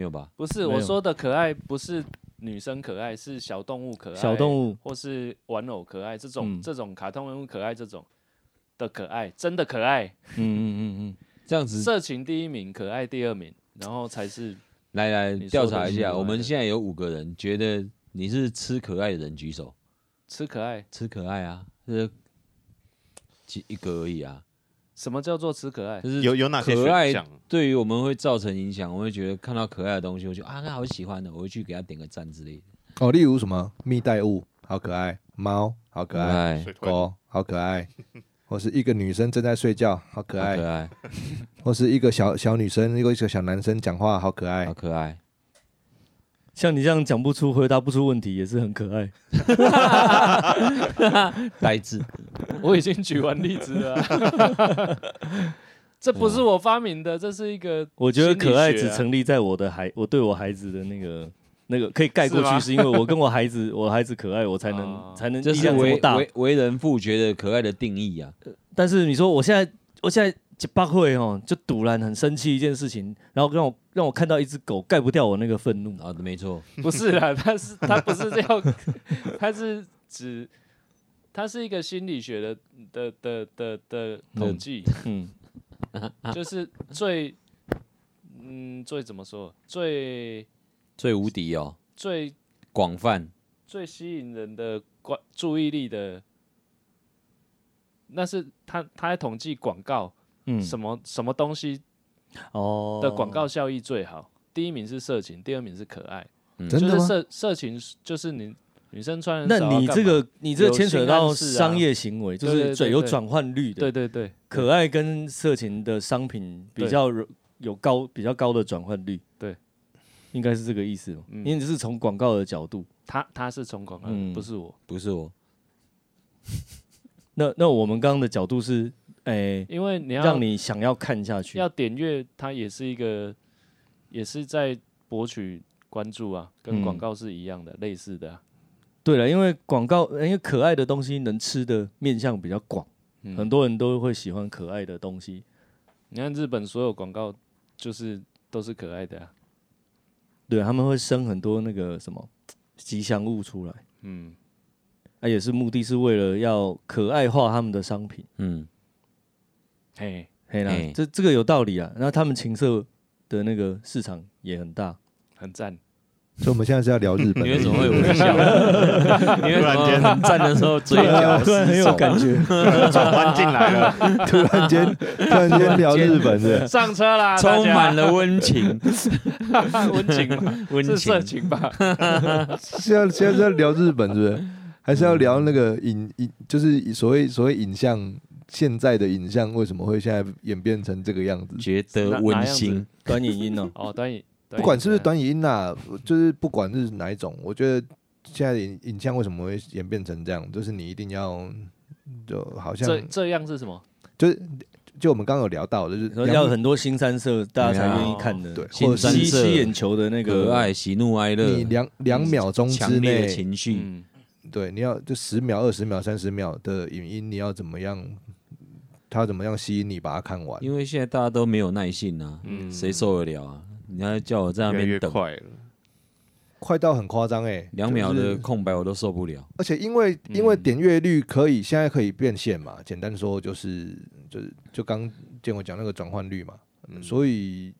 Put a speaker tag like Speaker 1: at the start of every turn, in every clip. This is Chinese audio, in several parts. Speaker 1: 没有吧？
Speaker 2: 不是
Speaker 3: 没有
Speaker 2: 我说的可爱，不是女生可爱，是小动物可爱，
Speaker 3: 小动
Speaker 2: 物
Speaker 3: 物
Speaker 2: 或是玩偶可爱，这种、
Speaker 3: 嗯
Speaker 2: 这种卡通人物可爱这种的可爱，真的可爱，
Speaker 3: 嗯嗯嗯
Speaker 1: 这样子，
Speaker 2: 色情第一名，可爱第二名，然后才是
Speaker 1: 来来
Speaker 2: 你说
Speaker 1: 调查一
Speaker 2: 的是
Speaker 1: 下，我
Speaker 2: 另外
Speaker 1: 们
Speaker 2: 的
Speaker 1: 现在有五个人，觉得你是吃可爱的人举手，
Speaker 2: 吃可爱。
Speaker 1: 吃可爱啊，这几一个而已啊，
Speaker 2: 什么叫做吃可爱？
Speaker 1: 就是
Speaker 4: 有有哪些
Speaker 1: 可爱
Speaker 4: 选项？
Speaker 1: 对于我们会造成影响，我会觉得看到可爱的东西，我就啊，那好喜欢的，我会去给他点个赞之类的。
Speaker 5: 哦，例如什么蜜袋鼯，好可爱；猫，好可爱；
Speaker 1: 爱
Speaker 4: 水豚
Speaker 5: 狗，好可爱；或是一个女生正在睡觉，好可
Speaker 1: 好
Speaker 5: 爱
Speaker 1: 可；爱，
Speaker 5: 或是一个小小女生，一个小男生讲话，好
Speaker 4: 哎
Speaker 5: 可爱
Speaker 1: 好。啊可爱。
Speaker 3: 嗯，像你这样讲不出、回答不出问题，也是很可爱。
Speaker 1: 呆 滞，
Speaker 2: 我已经举完例子了啊、 这不是我发明的，这是一个
Speaker 3: 嗯我觉得可爱
Speaker 2: 心理
Speaker 3: 只
Speaker 2: 学啊
Speaker 3: 成立在我的孩，我对我孩子的那个那个可以盖过
Speaker 2: 是吗
Speaker 3: 去，是因为我跟我孩子， 我孩子可爱，我才能、
Speaker 2: 哦
Speaker 3: 才能
Speaker 1: 这
Speaker 3: 力
Speaker 1: 是
Speaker 3: 量这么
Speaker 1: 为
Speaker 3: 大。
Speaker 1: 为为人父觉得可爱的定义啊。
Speaker 3: 但是你说我现在，我现在几八会哦，就突然很生气一件事情，然后让我让我看到一只狗盖不掉我那个愤怒。
Speaker 1: 啊，没错，
Speaker 2: 不是啦，他是他不是这样，他是指他是一个心理学的的的的的统计，
Speaker 3: 嗯，
Speaker 2: 就是最嗯最怎么说最
Speaker 1: 最无敌哦，
Speaker 2: 最
Speaker 1: 广泛
Speaker 2: 最吸引人的关注意力的，那是他他在统计广告、
Speaker 3: 嗯
Speaker 2: 什么什么东西
Speaker 3: 哦
Speaker 2: 的广告效益最好。第一名是色情，第二名是可爱。
Speaker 1: 嗯
Speaker 5: 真的
Speaker 2: 就是
Speaker 5: 吗？
Speaker 2: 色色情，就是你女生穿很
Speaker 3: 那
Speaker 2: 少要
Speaker 3: 你
Speaker 2: 干
Speaker 3: 这
Speaker 2: 嘛
Speaker 3: 个你这个
Speaker 2: 有
Speaker 3: 牵扯
Speaker 2: 性
Speaker 3: 到
Speaker 2: 暗示啊
Speaker 3: 商业行为，就
Speaker 2: 对对
Speaker 3: 是
Speaker 2: 对
Speaker 3: 转有
Speaker 2: 对
Speaker 3: 转换率的，
Speaker 2: 对对对
Speaker 3: 可爱跟色情的商品比
Speaker 2: 对
Speaker 3: 较有有高比较高的转换率，
Speaker 2: 对，
Speaker 3: 应该是这个意思哦。
Speaker 2: 嗯
Speaker 3: 因为你是从广告的角度，
Speaker 2: 他他是从广告，啊
Speaker 3: 嗯
Speaker 2: 不是我，
Speaker 1: 不是我，
Speaker 3: 那那我们刚刚的角度是，哎，
Speaker 2: 因为你要
Speaker 3: 让你想要看下去，
Speaker 2: 要点阅，它也是一个，也是在博取关注啊，跟
Speaker 3: 嗯
Speaker 2: 广告是一样的，类似的啊、
Speaker 3: 对了，因为广告，呃因为可爱的东西能吃的面向比较广，
Speaker 2: 嗯
Speaker 3: 很多人都会喜欢可爱的东西。
Speaker 2: 你看日本所有广告就是都是可爱的、啊，
Speaker 3: 对，他们会生很多那个什么吉祥物出来，
Speaker 2: 嗯，
Speaker 3: 那、也是目的是为了要可爱化他们的商品。
Speaker 1: 嗯，
Speaker 2: 嘿，
Speaker 3: 嘿啦，
Speaker 1: 嘿
Speaker 3: 这这个有道理啊。那他们情色的那个市场也很大，
Speaker 2: 很赞。
Speaker 5: 所以我们现在是要聊日本。
Speaker 1: 你为什么会 微笑？你为什么站的时候嘴
Speaker 5: 啊
Speaker 1: 角
Speaker 3: 突然很有 感觉。
Speaker 4: 转换进来了，
Speaker 5: 突然间，突然间聊日本的，
Speaker 2: 上车啦，
Speaker 1: 充满了温情，
Speaker 2: 大家 温情吧，
Speaker 1: 温
Speaker 2: 是色
Speaker 1: 情。
Speaker 2: 情吧？
Speaker 5: 是要现在是要聊日本，是不是？还是要聊那个影影，就是所谓所谓影像，现在的影像为什么会现在演变成这个样子？
Speaker 1: 觉得温馨，
Speaker 3: 短影 音哦，
Speaker 2: 哦，短影，啊
Speaker 5: 不管是不是
Speaker 2: 短
Speaker 5: 短影音啊呐、就是不管是哪一种，我觉得现在的影影像为什么会演变成这样，就是你一定要，就好
Speaker 2: 影
Speaker 5: 像
Speaker 2: 这这样是什么？
Speaker 5: 就是就我们刚刚有聊到，就是
Speaker 3: 说
Speaker 5: 两
Speaker 3: 要很多新三色大家才愿意看的，
Speaker 5: 对，
Speaker 1: 新
Speaker 5: 或者
Speaker 1: 三
Speaker 3: 吸
Speaker 5: 是
Speaker 1: 色
Speaker 3: 吸眼球的那个
Speaker 1: 可爱、喜怒哀
Speaker 5: 你
Speaker 1: 乐，
Speaker 5: 两两秒钟之
Speaker 1: 强烈的
Speaker 5: 内，
Speaker 1: 情绪，
Speaker 2: 嗯，
Speaker 5: 对，你要就十秒、二十秒、三十秒的影音，你要怎么样？它怎么样吸引你把它看完？
Speaker 1: 因为现在大家都没有耐性啊，
Speaker 2: 嗯
Speaker 1: 谁受得了啊？你还叫我在那
Speaker 4: 越来
Speaker 1: 边
Speaker 4: 越
Speaker 1: 等
Speaker 4: 快了。
Speaker 5: 快到很夸张哎，
Speaker 1: 两秒
Speaker 5: 就
Speaker 1: 的
Speaker 5: 是
Speaker 1: 空白我都受不了。
Speaker 5: 而且因为因为
Speaker 2: 嗯
Speaker 5: 点阅率可以、现在可以变现嘛，简单说就是就是就刚建我讲那个转换率嘛，
Speaker 4: 嗯
Speaker 5: 所以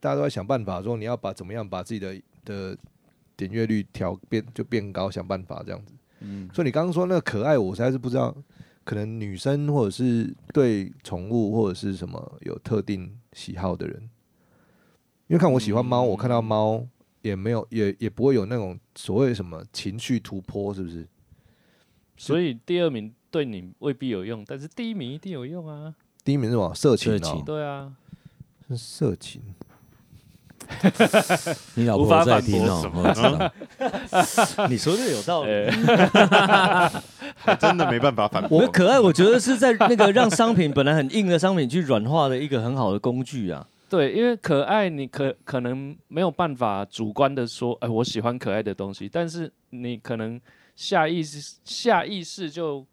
Speaker 5: 大家都在想办法说你要把怎么样把自己的的点阅率调变就变高，想办法这样子。
Speaker 1: 嗯，
Speaker 5: 所以你刚刚说那个可爱，我实在是不知道，可能女生或者是对宠物或者是什么有特定喜好的人，因为看我喜欢猫，
Speaker 2: 嗯
Speaker 5: 我看到猫也没有也也不会有那种所谓什么情绪突破，是不是？
Speaker 2: 所以第二名对你未必有用，但是第一名一定有用啊。
Speaker 5: 第一名是什么？色情、哦，
Speaker 1: 色情
Speaker 2: 对啊，
Speaker 5: 是色情。
Speaker 1: 你老
Speaker 2: 无
Speaker 1: 婆
Speaker 2: 法
Speaker 1: 在
Speaker 2: 反
Speaker 1: 听
Speaker 4: 驳
Speaker 1: 哦
Speaker 4: 什，么
Speaker 1: 我知道。
Speaker 3: 你说的有 道理。
Speaker 2: 呃，
Speaker 4: 还真的没办法反驳。
Speaker 3: 我可爱，我觉得是在那个让商品本来很硬的商品去软化的一个很好的工具啊。
Speaker 2: 对，因为可爱，你可可能没有办法主观的说，哎、我喜欢可爱的东西，但是你可能下意识下意识就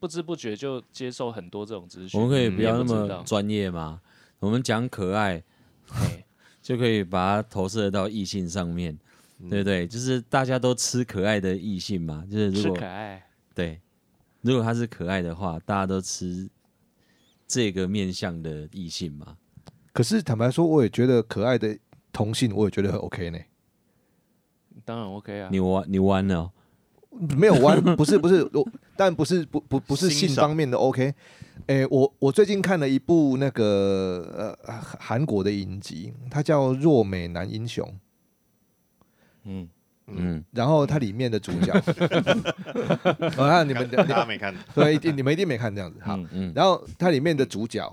Speaker 2: 不知不觉就接受很多这种资讯。
Speaker 1: 我们可以
Speaker 4: 嗯
Speaker 1: 不要那
Speaker 2: 也不知道
Speaker 1: 么专业吗？我们讲可爱，
Speaker 2: 嘿
Speaker 1: 就可以把它投射到异性上面，
Speaker 2: 嗯
Speaker 1: 对不对？就是大家都吃可爱的异性嘛，就是如
Speaker 2: 是
Speaker 1: 果
Speaker 2: 可爱，
Speaker 1: 对，如果他是可爱的话，大家都吃这个面向的异性嘛。
Speaker 5: 可是坦白说，我也觉得可爱的同性，我也觉得很 OK 呢。
Speaker 2: 当然 OK 啊。
Speaker 1: 你弯你弯了哦、
Speaker 5: 没有弯，不是不是，我但不是不不不是
Speaker 4: 欣
Speaker 5: 性
Speaker 4: 赏
Speaker 5: 方面的 OK。诶，我我最近看了一部那个呃韩韩国的影集，它叫《弱美男英雄》，
Speaker 3: 嗯，
Speaker 1: 嗯，
Speaker 5: 然后它里面的主角， 我看你们
Speaker 4: 大家没看，
Speaker 5: 对，一定你们一定没看这样子哈。
Speaker 3: 嗯
Speaker 1: 嗯
Speaker 5: 然后它里面的主角，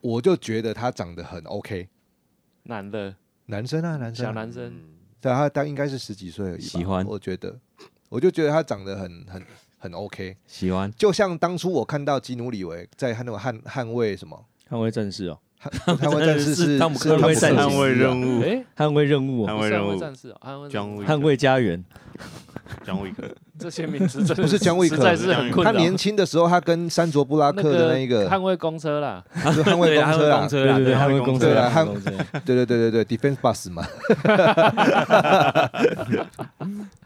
Speaker 5: 我就觉得他长得很 OK，
Speaker 2: 男的
Speaker 5: 男生啊男生啊
Speaker 2: 小，男生，
Speaker 4: 嗯
Speaker 5: 对他他应该是十几岁而已吧，
Speaker 1: 喜欢
Speaker 5: 我觉得，我就觉得他长得很很很 OK。
Speaker 1: 喜欢
Speaker 5: 就像当初我看到基努里维在他那个捍捍卫什么
Speaker 3: 捍卫战士哦，
Speaker 5: 捍 捍卫战士
Speaker 1: 是
Speaker 5: 是
Speaker 1: 汤姆
Speaker 5: 是
Speaker 1: 克
Speaker 5: 汤姆
Speaker 1: 鲁斯
Speaker 5: 克鲁斯啊
Speaker 4: 捍卫任务，
Speaker 2: 哎，
Speaker 3: 捍卫任务、哦，
Speaker 4: 捍
Speaker 2: 不
Speaker 4: 卫
Speaker 2: 是
Speaker 4: 任务，
Speaker 2: 战士哦，捍卫
Speaker 4: 姜
Speaker 2: 战
Speaker 4: 维
Speaker 2: 士，
Speaker 3: 捍卫家园，
Speaker 4: 姜 维克，
Speaker 2: 这些名字真的
Speaker 5: 不是姜维克
Speaker 2: 实在是很困
Speaker 5: 他
Speaker 2: 扰。
Speaker 5: 年轻的时候，他跟山卓布拉克的那一个
Speaker 2: 捍卫公车啦，
Speaker 5: 就是捍卫
Speaker 1: 对啊
Speaker 5: 公车
Speaker 1: 捍卫公，车啦，
Speaker 5: 啊
Speaker 3: 对对对
Speaker 1: 啊
Speaker 3: 捍卫公
Speaker 5: 车
Speaker 1: 对啊
Speaker 5: 对啊
Speaker 1: 公车
Speaker 5: 对对对对对，defense bus 嘛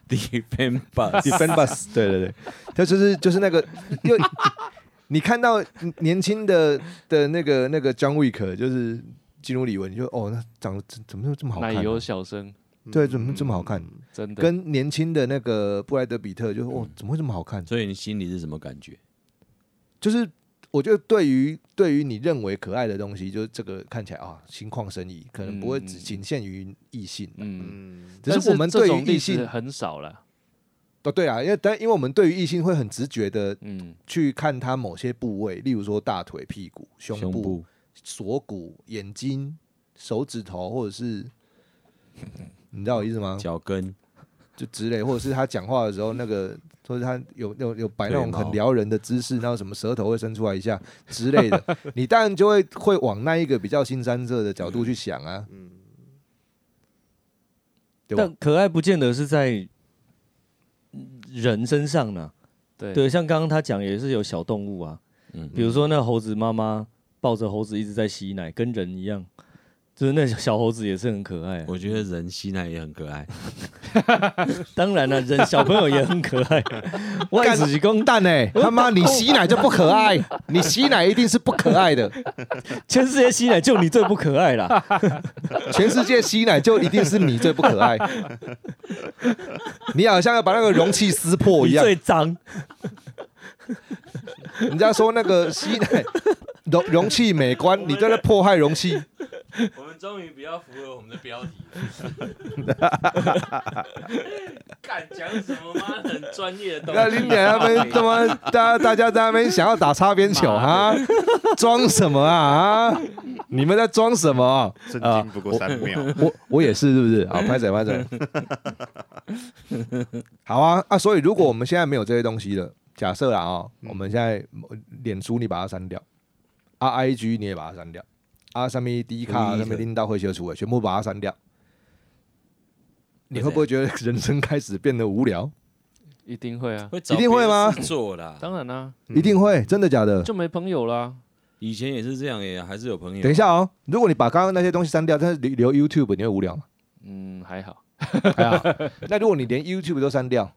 Speaker 1: ，Defend Bus，
Speaker 5: ，defense bus，对对对，他就是就是那个又。你看到年轻的的那个那个 John Wick，就是基努里维，你就哦，那长得怎怎么这么好
Speaker 2: 奶
Speaker 5: 看啊、
Speaker 2: 油小生，
Speaker 5: 对，怎么这么好看？
Speaker 2: 真的。
Speaker 5: 跟年轻的那个布莱德比特，就是哦，怎么会这么好看？
Speaker 1: 所以你心里是什么感觉？
Speaker 5: 就是我觉得对于对于你认为可爱的东西，就是这个看起来啊，心旷神怡，可能不会只
Speaker 2: 嗯
Speaker 5: 仅限于异性。
Speaker 2: 嗯，
Speaker 4: 嗯，
Speaker 5: 只
Speaker 2: 但
Speaker 5: 是我们
Speaker 2: 这
Speaker 5: 对
Speaker 2: 种
Speaker 5: 于
Speaker 2: 例
Speaker 5: 异
Speaker 2: 子
Speaker 5: 性，
Speaker 2: 很少了。
Speaker 5: 哦对啊，因为但因为我们对于异性会很直觉的
Speaker 2: 嗯，
Speaker 5: 去看他某些部位，例如说大腿、屁股、胸
Speaker 1: 胸
Speaker 5: 部、
Speaker 1: 部
Speaker 5: 锁骨、眼睛、手指头，或者 是你知道我意思吗？
Speaker 1: 脚跟，
Speaker 5: 就之类，或者是他讲话的时候，那个或者他有有有摆那
Speaker 1: 对
Speaker 5: 种
Speaker 1: 毛
Speaker 5: 很撩人的姿势，然后什么舌头会伸出来一下之类 的，你当然就会会往那一个比较新三色的角度去想啊。
Speaker 3: 嗯
Speaker 5: 对吧
Speaker 3: 但可爱不见得是在人身上呢、
Speaker 2: 对
Speaker 3: 对，像刚刚他讲也是有小动物啊，
Speaker 1: 嗯，
Speaker 3: 比如说那猴子妈妈抱着猴子一直在吸奶，跟人一样，就是那小猴子也是很可爱啊、
Speaker 1: 我觉得人吸奶也很可 爱，
Speaker 3: 当然了、人小朋友也很可爱。外子是公欸
Speaker 5: 蛋哎、 他妈你吸奶就不可 爱，你吸奶一定是不可爱的，
Speaker 3: 全世界吸奶就你最不可爱啦，
Speaker 5: 全世界吸奶就一定是你最不可 爱。你好像要把那个容器撕破一
Speaker 3: 你
Speaker 5: 样，
Speaker 3: 最脏。
Speaker 5: 人家说那个吸奶 容容器美观，你在那迫害容器。
Speaker 1: 我们终于比较符合我们的标题。敢讲什么吗？很专业的
Speaker 5: 那林啊点他们他妈大家大家在那边想要打擦边球啊，装什么啊啊？你们在装什么啊？
Speaker 4: 震惊不过三秒，
Speaker 5: 我我也是，是不 是？好，拍手拍手。 好啊啊！所以如果我们现在没有这些东西了，假设啦啊、哦，
Speaker 3: 嗯
Speaker 5: 我们现在脸书你把它删掉，啊 IG 你也把它删掉，啊上面 D 卡上面拎到会修出的全部把它删掉，你会不会觉得人生开始变得无聊？
Speaker 2: 一定会啊，
Speaker 1: 会找
Speaker 5: 一定会吗
Speaker 1: 别的事做啦，
Speaker 2: 当然啦，
Speaker 3: 嗯
Speaker 5: 一定会，真的假的？
Speaker 2: 就没朋友啦。
Speaker 1: 以前也是这样耶，还是有朋友。
Speaker 5: 等一下哦，如果你把刚刚那些东西删掉，但是留留 YouTube，你会无聊吗？
Speaker 2: 嗯，还好
Speaker 5: 还好。那如果你连 YouTube 都删掉，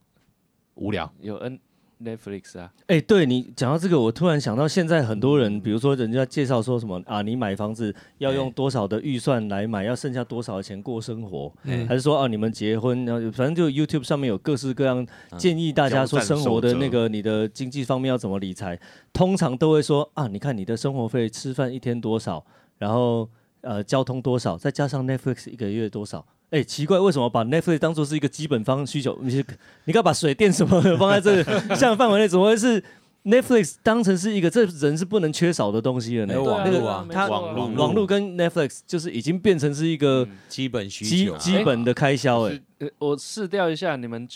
Speaker 5: 无聊。
Speaker 2: 有 N Netflix 啊，
Speaker 3: 哎、对你讲到这个，我突然想到，现在很多人，比如说人家介绍说什么啊，你买房子要
Speaker 4: 哎
Speaker 3: 用多少的预算来买，要剩下多少的钱过生活，
Speaker 1: 嗯
Speaker 4: 哎
Speaker 3: 还是说啊，你们结婚，然后反正就 YouTube 上面有各式各样
Speaker 1: 嗯
Speaker 3: 建议大家说
Speaker 4: 交啊战
Speaker 3: 生活的
Speaker 4: 守则
Speaker 3: 那个你的经济方面要怎么理财，通常都会说啊，你看你的生活费吃饭一天多少，然后呃交通多少，再加上 Netflix 一个月多少。哎、奇怪，为什么把 Netflix 当做是一个基本方需求？你是你该把水电什么的放在这个项范围内，怎么会是 Netflix 当成是一个这人是不能缺少的东西了呢
Speaker 1: 还有？
Speaker 2: 对啊
Speaker 1: 网络啊
Speaker 2: 对，
Speaker 3: 啊
Speaker 2: 没错啊
Speaker 1: 网络
Speaker 3: 网络跟 Netflix 就是已经变成是一个
Speaker 2: 嗯
Speaker 1: 基本需
Speaker 3: 基
Speaker 1: 求啊，
Speaker 3: 基本的开销、哎、
Speaker 2: 呃我试掉一下，你们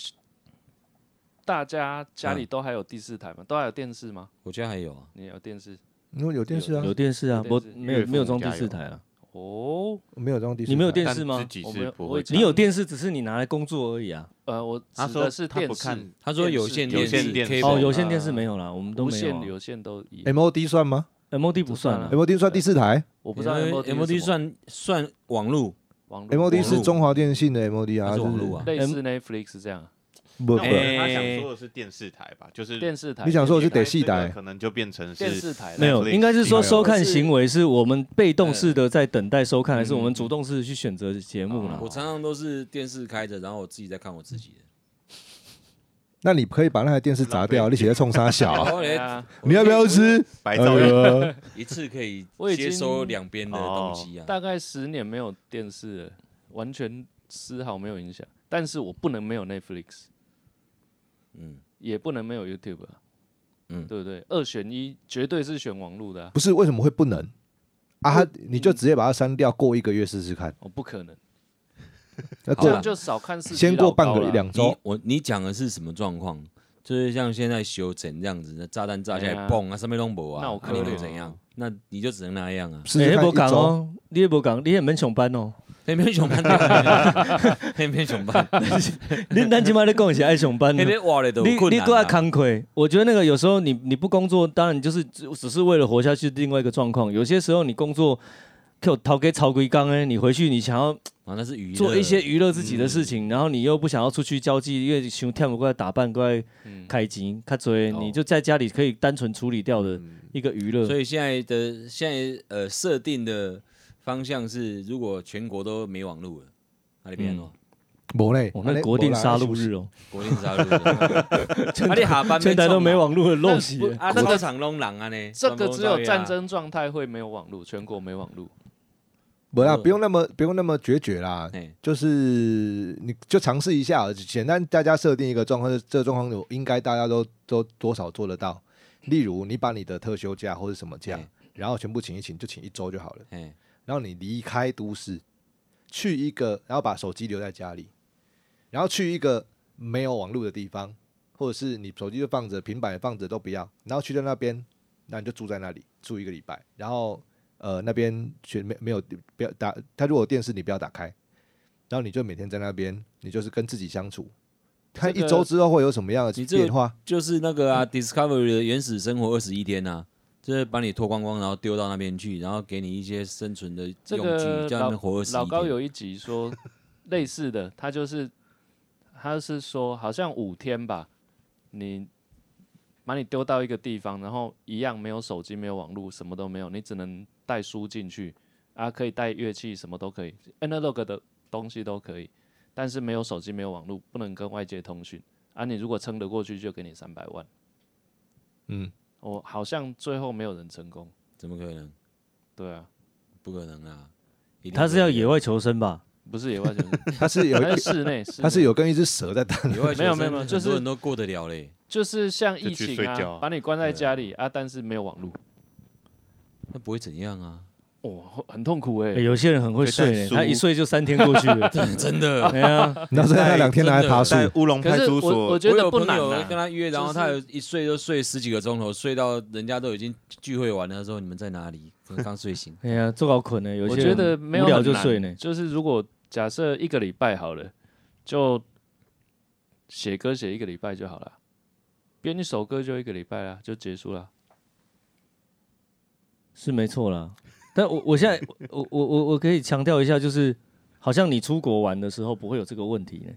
Speaker 2: 大家家里都还有第四台吗？都还有电视吗？
Speaker 1: 我家还有啊，
Speaker 2: 你有电视
Speaker 5: 你说有电视啊？
Speaker 3: 有电视啊，
Speaker 2: 有
Speaker 3: 不
Speaker 2: 电视
Speaker 3: 没有没有装
Speaker 4: 岳
Speaker 3: 第
Speaker 4: 父
Speaker 3: 四
Speaker 4: 家
Speaker 3: 台啊。
Speaker 2: 哦？
Speaker 5: 没有装第四台？
Speaker 3: 你没有电
Speaker 4: 但
Speaker 3: 视吗啊
Speaker 4: 自己
Speaker 2: 我没
Speaker 4: 是
Speaker 2: 有
Speaker 4: 不
Speaker 2: 我
Speaker 4: 会
Speaker 2: 也
Speaker 4: 看，
Speaker 3: 你有电视，只是你拿来工作而已啊。
Speaker 2: 呃，我
Speaker 4: 他
Speaker 2: 指
Speaker 4: 说
Speaker 2: 的是
Speaker 4: 他不
Speaker 2: 电视
Speaker 4: 看，
Speaker 1: 他说有线电视
Speaker 4: 有线电视
Speaker 1: cable
Speaker 3: 哦，
Speaker 4: 啊
Speaker 3: 有线电视没有啦，我们都
Speaker 2: 无
Speaker 3: 没有
Speaker 2: 线、
Speaker 3: 啊。
Speaker 2: 有线都一样。
Speaker 5: MOD 算吗
Speaker 3: MOD 不算啊
Speaker 2: 不算啊，
Speaker 5: ？MOD 算第四台？
Speaker 2: 我不知道 MOD 是什么
Speaker 1: MOD M，M 算算网络，
Speaker 2: 网络
Speaker 5: MOD
Speaker 1: 网
Speaker 5: 是
Speaker 1: 路
Speaker 5: 中华电信的 MOD 啊，
Speaker 1: 还是
Speaker 5: 就
Speaker 1: 网络啊？
Speaker 2: 类似 Netflix 这样，
Speaker 5: 不不
Speaker 4: 那我，觉得他想说的是电视台吧，就是
Speaker 2: 电视台
Speaker 5: 你想说的是得
Speaker 4: 电
Speaker 5: 戏
Speaker 4: 视
Speaker 5: 台
Speaker 4: 台，可能就变成
Speaker 2: 电
Speaker 4: 是
Speaker 2: 视台啦
Speaker 3: 没有，
Speaker 4: Netflix
Speaker 3: 应该是说
Speaker 5: 没有
Speaker 3: 收看
Speaker 2: 是
Speaker 3: 行为是我们被动式
Speaker 2: 嗯
Speaker 3: 的在等待收看，还是我们
Speaker 2: 嗯
Speaker 3: 主动式地去选择节目啦
Speaker 2: 哦？
Speaker 1: 我常常都是电视开着，然后我自己在看我自己的。
Speaker 5: 那你可以把那台电视砸掉，你写在冲啥小啊？
Speaker 1: 哎我
Speaker 2: 对
Speaker 1: 嘞
Speaker 2: 啊，
Speaker 5: 你要不要吃？
Speaker 4: 白
Speaker 5: 哎
Speaker 4: 噪音。
Speaker 5: 呦
Speaker 1: 一次可以
Speaker 2: 我已经
Speaker 1: 接收两边的东西啊？
Speaker 2: 大概十年没有电视了，完全丝毫没有影响。但是我不能没有 Netflix，
Speaker 1: 嗯，
Speaker 2: 也不能没有 YouTube，啊
Speaker 1: 嗯
Speaker 2: 对不对？二选一，绝对是选网络的、啊，
Speaker 5: 不是为什么会不能啊？你就直接把它删掉，过一个月试试看。
Speaker 2: 我哦不可能，
Speaker 1: 好
Speaker 2: 这
Speaker 5: 那过
Speaker 2: 样就少看四集
Speaker 5: 先过
Speaker 2: 老高
Speaker 5: 半个
Speaker 2: 啦
Speaker 5: 两
Speaker 1: 你
Speaker 5: 周，。
Speaker 1: 我你讲的是什么状况？就是像现在修整这样子，那炸弹炸下
Speaker 2: 哎
Speaker 1: 来，
Speaker 2: 呀
Speaker 1: 嘣啊，上面弄不啊，
Speaker 2: 那我
Speaker 1: 啊
Speaker 2: 可
Speaker 1: 你
Speaker 2: 能
Speaker 1: 能怎样？那你就只能那样啊
Speaker 5: 试试
Speaker 3: 哎
Speaker 5: 看
Speaker 3: 没
Speaker 5: 一
Speaker 3: 讲
Speaker 5: 周。
Speaker 3: 哦，你也无讲，你也免上班 哦。
Speaker 1: 黑面熊班，黑面熊班，
Speaker 3: 你咱即摆咧讲是爱上班
Speaker 1: 黑
Speaker 3: 呢。
Speaker 1: 面哇嘞都
Speaker 3: 你
Speaker 1: 困
Speaker 3: 你都要
Speaker 1: 难啊。
Speaker 3: 扛亏，我觉得那个有时候你你不工作，当然你就是只只是为了活下去，另外一个状况。有些时候你工作，就逃给曹龟刚哎，你回去你想要
Speaker 1: 啊，那是娱乐
Speaker 3: 做一些娱乐自己的事
Speaker 2: 嗯
Speaker 3: 情，然后你又不想要出去交际，因为想跳舞过来打扮过来
Speaker 2: 嗯，
Speaker 3: 开机，看追，
Speaker 1: 哦
Speaker 3: 你就在家里可以单纯处理掉的
Speaker 4: 嗯
Speaker 3: 一个娱乐。
Speaker 1: 所以现在的现在呃设定的方向是，如果全国都没网路了，那你变
Speaker 3: 嗯
Speaker 1: 哦，
Speaker 5: 没嘞
Speaker 3: 哦，，那个国定杀戮日哦，
Speaker 1: 国定杀戮，啊你下班
Speaker 3: 全台都没网络的陋习
Speaker 2: 那
Speaker 3: 耶。
Speaker 1: 啊，这个场弄人啊呢，
Speaker 2: 这个只有
Speaker 1: 啊
Speaker 2: 战争状态会没有网络，全国没网络。
Speaker 5: 不啦，不用那么不用那么决绝啦，
Speaker 1: 哎，
Speaker 5: 就是你就尝试一下，简单大家设定一个状况，这个状况有应该大家都都多少做得到。例如，你把你的特休假或者什么假
Speaker 1: 嗯，
Speaker 5: 然后全部请一请，就请一周就好了。
Speaker 1: 哎，
Speaker 5: 然后你离开都市，去一个，然后把手机留在家里，然后去一个没有网络的地方，或者是你手机就放着，平板也放着都不要，然后去到那边，那你就住在那里住一个礼拜，然后呃那边全没没有不要打，他如果有电视你不要打开，然后你就每天在那边，你就是跟自己相处，看
Speaker 2: 这
Speaker 5: 一
Speaker 2: 个
Speaker 5: 周之后会有什么样的
Speaker 1: 你这个
Speaker 5: 变化。
Speaker 1: 就是那个啊，Discovery
Speaker 3: 嗯
Speaker 1: 的原始生活二十一天呐。就是把你脱光光，然后丢到那边去，然后给你一些生存的用
Speaker 2: 这
Speaker 1: 具，
Speaker 2: 个
Speaker 1: 叫
Speaker 2: 老
Speaker 1: 你们活二十一
Speaker 2: 老高
Speaker 1: 天。
Speaker 2: 有一集 说类似的，他就是他是说好像五天吧，你把你丢到一个地方，然后一样没有手机，没有网络，什么都没有，你只能带书进去啊，可以带乐器，什么都可以，analog 的东西都可以，但是没有手机，没有网络，不能跟外界通讯啊。你如果撑得过去，就给你三百万。
Speaker 5: 嗯，
Speaker 2: 我好像最后没有人成功，
Speaker 1: 怎么可能？
Speaker 2: 对啊，
Speaker 1: 不可能啊！一定
Speaker 3: 他是要野
Speaker 1: 会
Speaker 3: 外求生吧？
Speaker 2: 不是野外 求生，
Speaker 5: 他 是有，
Speaker 2: 他是室内，室
Speaker 5: 他是
Speaker 2: 内
Speaker 5: 有跟一只蛇在打，
Speaker 1: 有野外求
Speaker 2: 没有
Speaker 1: 生
Speaker 2: 没有没有就是
Speaker 1: 很多人都过得了嘞。
Speaker 2: 就是像疫
Speaker 4: 就去
Speaker 2: 情
Speaker 4: 睡觉
Speaker 2: 啊，
Speaker 4: 啊
Speaker 2: 把你关在家里啊，但是没有网络，
Speaker 1: 那不会怎样 啊？
Speaker 2: 哦，很痛苦哎、
Speaker 3: 哎有些人很会睡
Speaker 4: 可以带
Speaker 3: 耶，
Speaker 4: 书
Speaker 3: 他一睡就三天过去 了。
Speaker 1: 真的，
Speaker 3: 哎呀，。
Speaker 5: 然后在那两天拿来爬树，
Speaker 4: 在乌龙
Speaker 2: 可
Speaker 4: 派
Speaker 2: 是
Speaker 4: 出
Speaker 2: 我
Speaker 4: 所
Speaker 2: 我，觉
Speaker 1: 我
Speaker 2: 得
Speaker 1: 有
Speaker 2: 不
Speaker 1: 朋
Speaker 2: 难、
Speaker 1: 友跟
Speaker 2: 啊，
Speaker 1: 他约，然后他有一睡就睡十几个钟头，睡到人家都已经聚会完了，他说你们在哪里？可能刚睡醒
Speaker 3: 哎呀，做好困呢，有
Speaker 2: 我
Speaker 3: 些
Speaker 2: 觉
Speaker 3: 人
Speaker 2: 得没有
Speaker 3: 无聊
Speaker 2: 很
Speaker 3: 就
Speaker 2: 难
Speaker 3: 睡呢。
Speaker 2: 就是如果假设一个礼拜好了，就写歌写一个礼拜就好了，编一首歌就一个礼拜啦，就结束了。
Speaker 3: 是没错啦。但我我现在我我我我可以强调一下，就是好像你出国玩的时候不会有这个问题呢。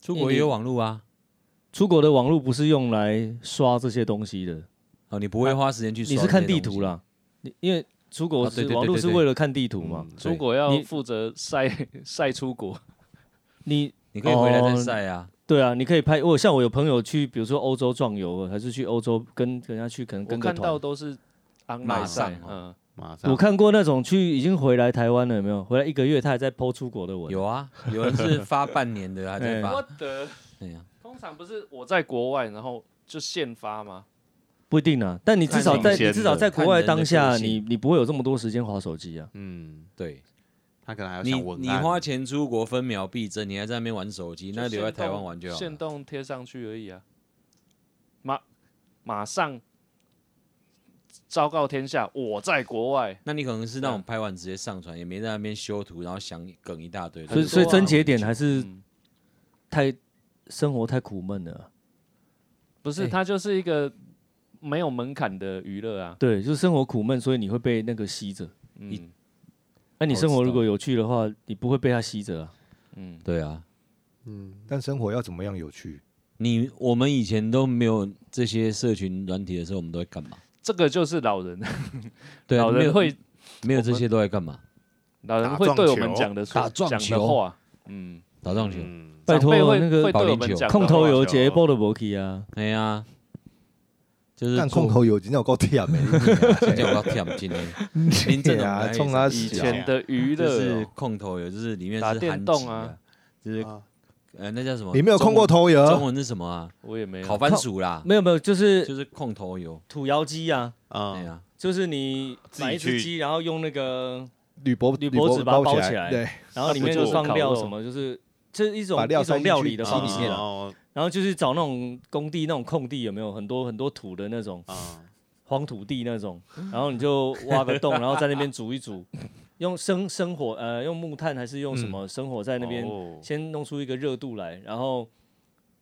Speaker 1: 出国也有网络啊，
Speaker 3: 出国的网络不是用来刷这些东西的，
Speaker 1: 哦，你不会花时间去。
Speaker 3: 你是看地图，啦。你因为出国
Speaker 1: 啊对
Speaker 3: 是
Speaker 1: 对对
Speaker 3: 网络
Speaker 1: 对
Speaker 3: 是
Speaker 1: 对
Speaker 3: 为了看地图嘛。
Speaker 4: 嗯
Speaker 2: 出国要
Speaker 3: 你
Speaker 2: 负责晒晒出国，
Speaker 3: 你
Speaker 1: 你可以回来再晒啊。
Speaker 3: 对啊，你可以拍。我像我有朋友去，比如说欧洲壮游，还是去欧洲跟跟人家去，可能
Speaker 2: 我
Speaker 3: 跟个
Speaker 2: 看到
Speaker 3: 团。
Speaker 2: 都是 online
Speaker 1: 马
Speaker 2: 晒
Speaker 1: 上，
Speaker 2: 嗯
Speaker 1: 哦，
Speaker 4: 马上
Speaker 3: 我看过那种去已经回来台湾了，有没有？回来一个月，他还在剖出国的文。
Speaker 1: 有啊，有人是发半年的，还在
Speaker 2: 我
Speaker 1: 发。
Speaker 2: 的
Speaker 1: 啊对呀，
Speaker 2: 通常不是我在国外，然后就现发吗？
Speaker 3: 不一定啊，但你至少
Speaker 4: 看
Speaker 3: 在
Speaker 4: 明显
Speaker 3: 你至少在
Speaker 1: 的
Speaker 3: 国外
Speaker 1: 看人的
Speaker 3: 当下，
Speaker 1: 个性
Speaker 3: 你你不会有这么多时间划手机啊。
Speaker 4: 嗯，
Speaker 1: 对
Speaker 4: 他可能还要
Speaker 1: 你
Speaker 4: 想文
Speaker 1: 你
Speaker 4: 案
Speaker 1: 花钱出国分秒必争，你还在那边玩手机，那留在台湾玩就好
Speaker 2: 限
Speaker 1: 了。
Speaker 2: 动贴上去而已啊，马马上昭告天下，我在国外。
Speaker 1: 那你可能是那种拍完直接上传，也没在那边修图，然后想梗一大堆。
Speaker 3: 所以所以
Speaker 2: 啊
Speaker 3: 症结点还是
Speaker 2: 嗯，
Speaker 3: 太生活太苦闷了啊，
Speaker 2: 不是，
Speaker 3: 哎
Speaker 2: 它就是一个没有门槛的娱乐啊。
Speaker 3: 对，就是生活苦闷，所以你会被那个吸着。
Speaker 2: 嗯，
Speaker 3: 那你
Speaker 1: 我
Speaker 3: 生活
Speaker 1: 知
Speaker 3: 如
Speaker 1: 道
Speaker 3: 果有趣的话，你不会被它吸着啊。
Speaker 2: 嗯，
Speaker 1: 对啊，
Speaker 4: 嗯，
Speaker 5: 但生活要怎么样有趣？
Speaker 1: 你我们以前都没有这些社群软体的时候，我们都在干嘛？
Speaker 2: 这个就是老人，
Speaker 1: 对啊，
Speaker 2: 老
Speaker 1: 没
Speaker 2: 人
Speaker 1: 有
Speaker 2: 会
Speaker 1: 没有这些都在干嘛？
Speaker 2: 老人
Speaker 4: 打
Speaker 2: 会
Speaker 4: 撞
Speaker 2: 对我
Speaker 4: 球
Speaker 2: 们讲的说
Speaker 1: 打撞
Speaker 2: 讲的
Speaker 1: 球
Speaker 2: 话，嗯，
Speaker 1: 打撞球，
Speaker 4: 嗯
Speaker 3: 拜
Speaker 2: 长
Speaker 3: 托啊
Speaker 2: 辈会
Speaker 3: 那
Speaker 2: 会
Speaker 3: 个
Speaker 2: 对
Speaker 1: 保
Speaker 2: 我
Speaker 1: 龄
Speaker 2: 们
Speaker 1: 球
Speaker 2: 讲的
Speaker 3: 空投
Speaker 2: 话
Speaker 3: 有
Speaker 4: 打棒
Speaker 3: 节
Speaker 4: 球
Speaker 3: 波的博基啊，
Speaker 1: 哎呀、就是
Speaker 5: 但
Speaker 1: 做
Speaker 5: 空口有金有够甜的，
Speaker 1: 这样我要跳今天，林正
Speaker 5: 对
Speaker 1: 龙
Speaker 5: 啊
Speaker 1: 来
Speaker 5: 冲他
Speaker 1: 一
Speaker 2: 以
Speaker 5: 死
Speaker 1: 脚
Speaker 2: 前的 娱
Speaker 1: 就
Speaker 2: 乐
Speaker 1: 是
Speaker 2: 哦，
Speaker 1: 控头油，就是里面是
Speaker 2: 打电
Speaker 1: 含
Speaker 2: 动
Speaker 1: 鲫
Speaker 2: 啊
Speaker 1: 啊，就是
Speaker 4: 啊
Speaker 1: 呃那叫什么？
Speaker 5: 你没有
Speaker 1: 中
Speaker 5: 空过
Speaker 1: 文
Speaker 5: 头
Speaker 1: 中
Speaker 5: 油，
Speaker 1: 文是什么啊？
Speaker 2: 我也没
Speaker 1: 烤
Speaker 2: 有。
Speaker 1: 番薯啦，
Speaker 3: 没有没有，就是
Speaker 1: 就是控头油。
Speaker 3: 土窑鸡啊，
Speaker 1: 哎
Speaker 4: 啊，
Speaker 1: 呀，
Speaker 3: 就是你
Speaker 4: 自己
Speaker 3: 买一只
Speaker 4: 去
Speaker 3: 鸡，然后用那个，
Speaker 5: 铝箔
Speaker 3: 铝箔纸把它
Speaker 5: 包
Speaker 3: 包起来
Speaker 5: 对，
Speaker 3: 然后里面
Speaker 4: 那不
Speaker 3: 就
Speaker 4: 就
Speaker 3: 放料
Speaker 2: 烤肉
Speaker 3: 什么，就是这一种
Speaker 5: 把料
Speaker 3: 一种
Speaker 5: 塞进
Speaker 3: 料
Speaker 5: 去
Speaker 3: 理的
Speaker 5: 鸡
Speaker 3: 方
Speaker 5: 里
Speaker 3: 式
Speaker 5: 面
Speaker 3: 啊。
Speaker 4: 哦
Speaker 3: 然后就是找那种工地那种空地有没有很多很多土的那种
Speaker 4: 啊，
Speaker 3: 荒土地那种，然后你就挖个洞，然后在那边煮一煮，用生生火呃用木炭还是用什么生火在那边
Speaker 4: 哦
Speaker 3: 先弄出一个热度来，然后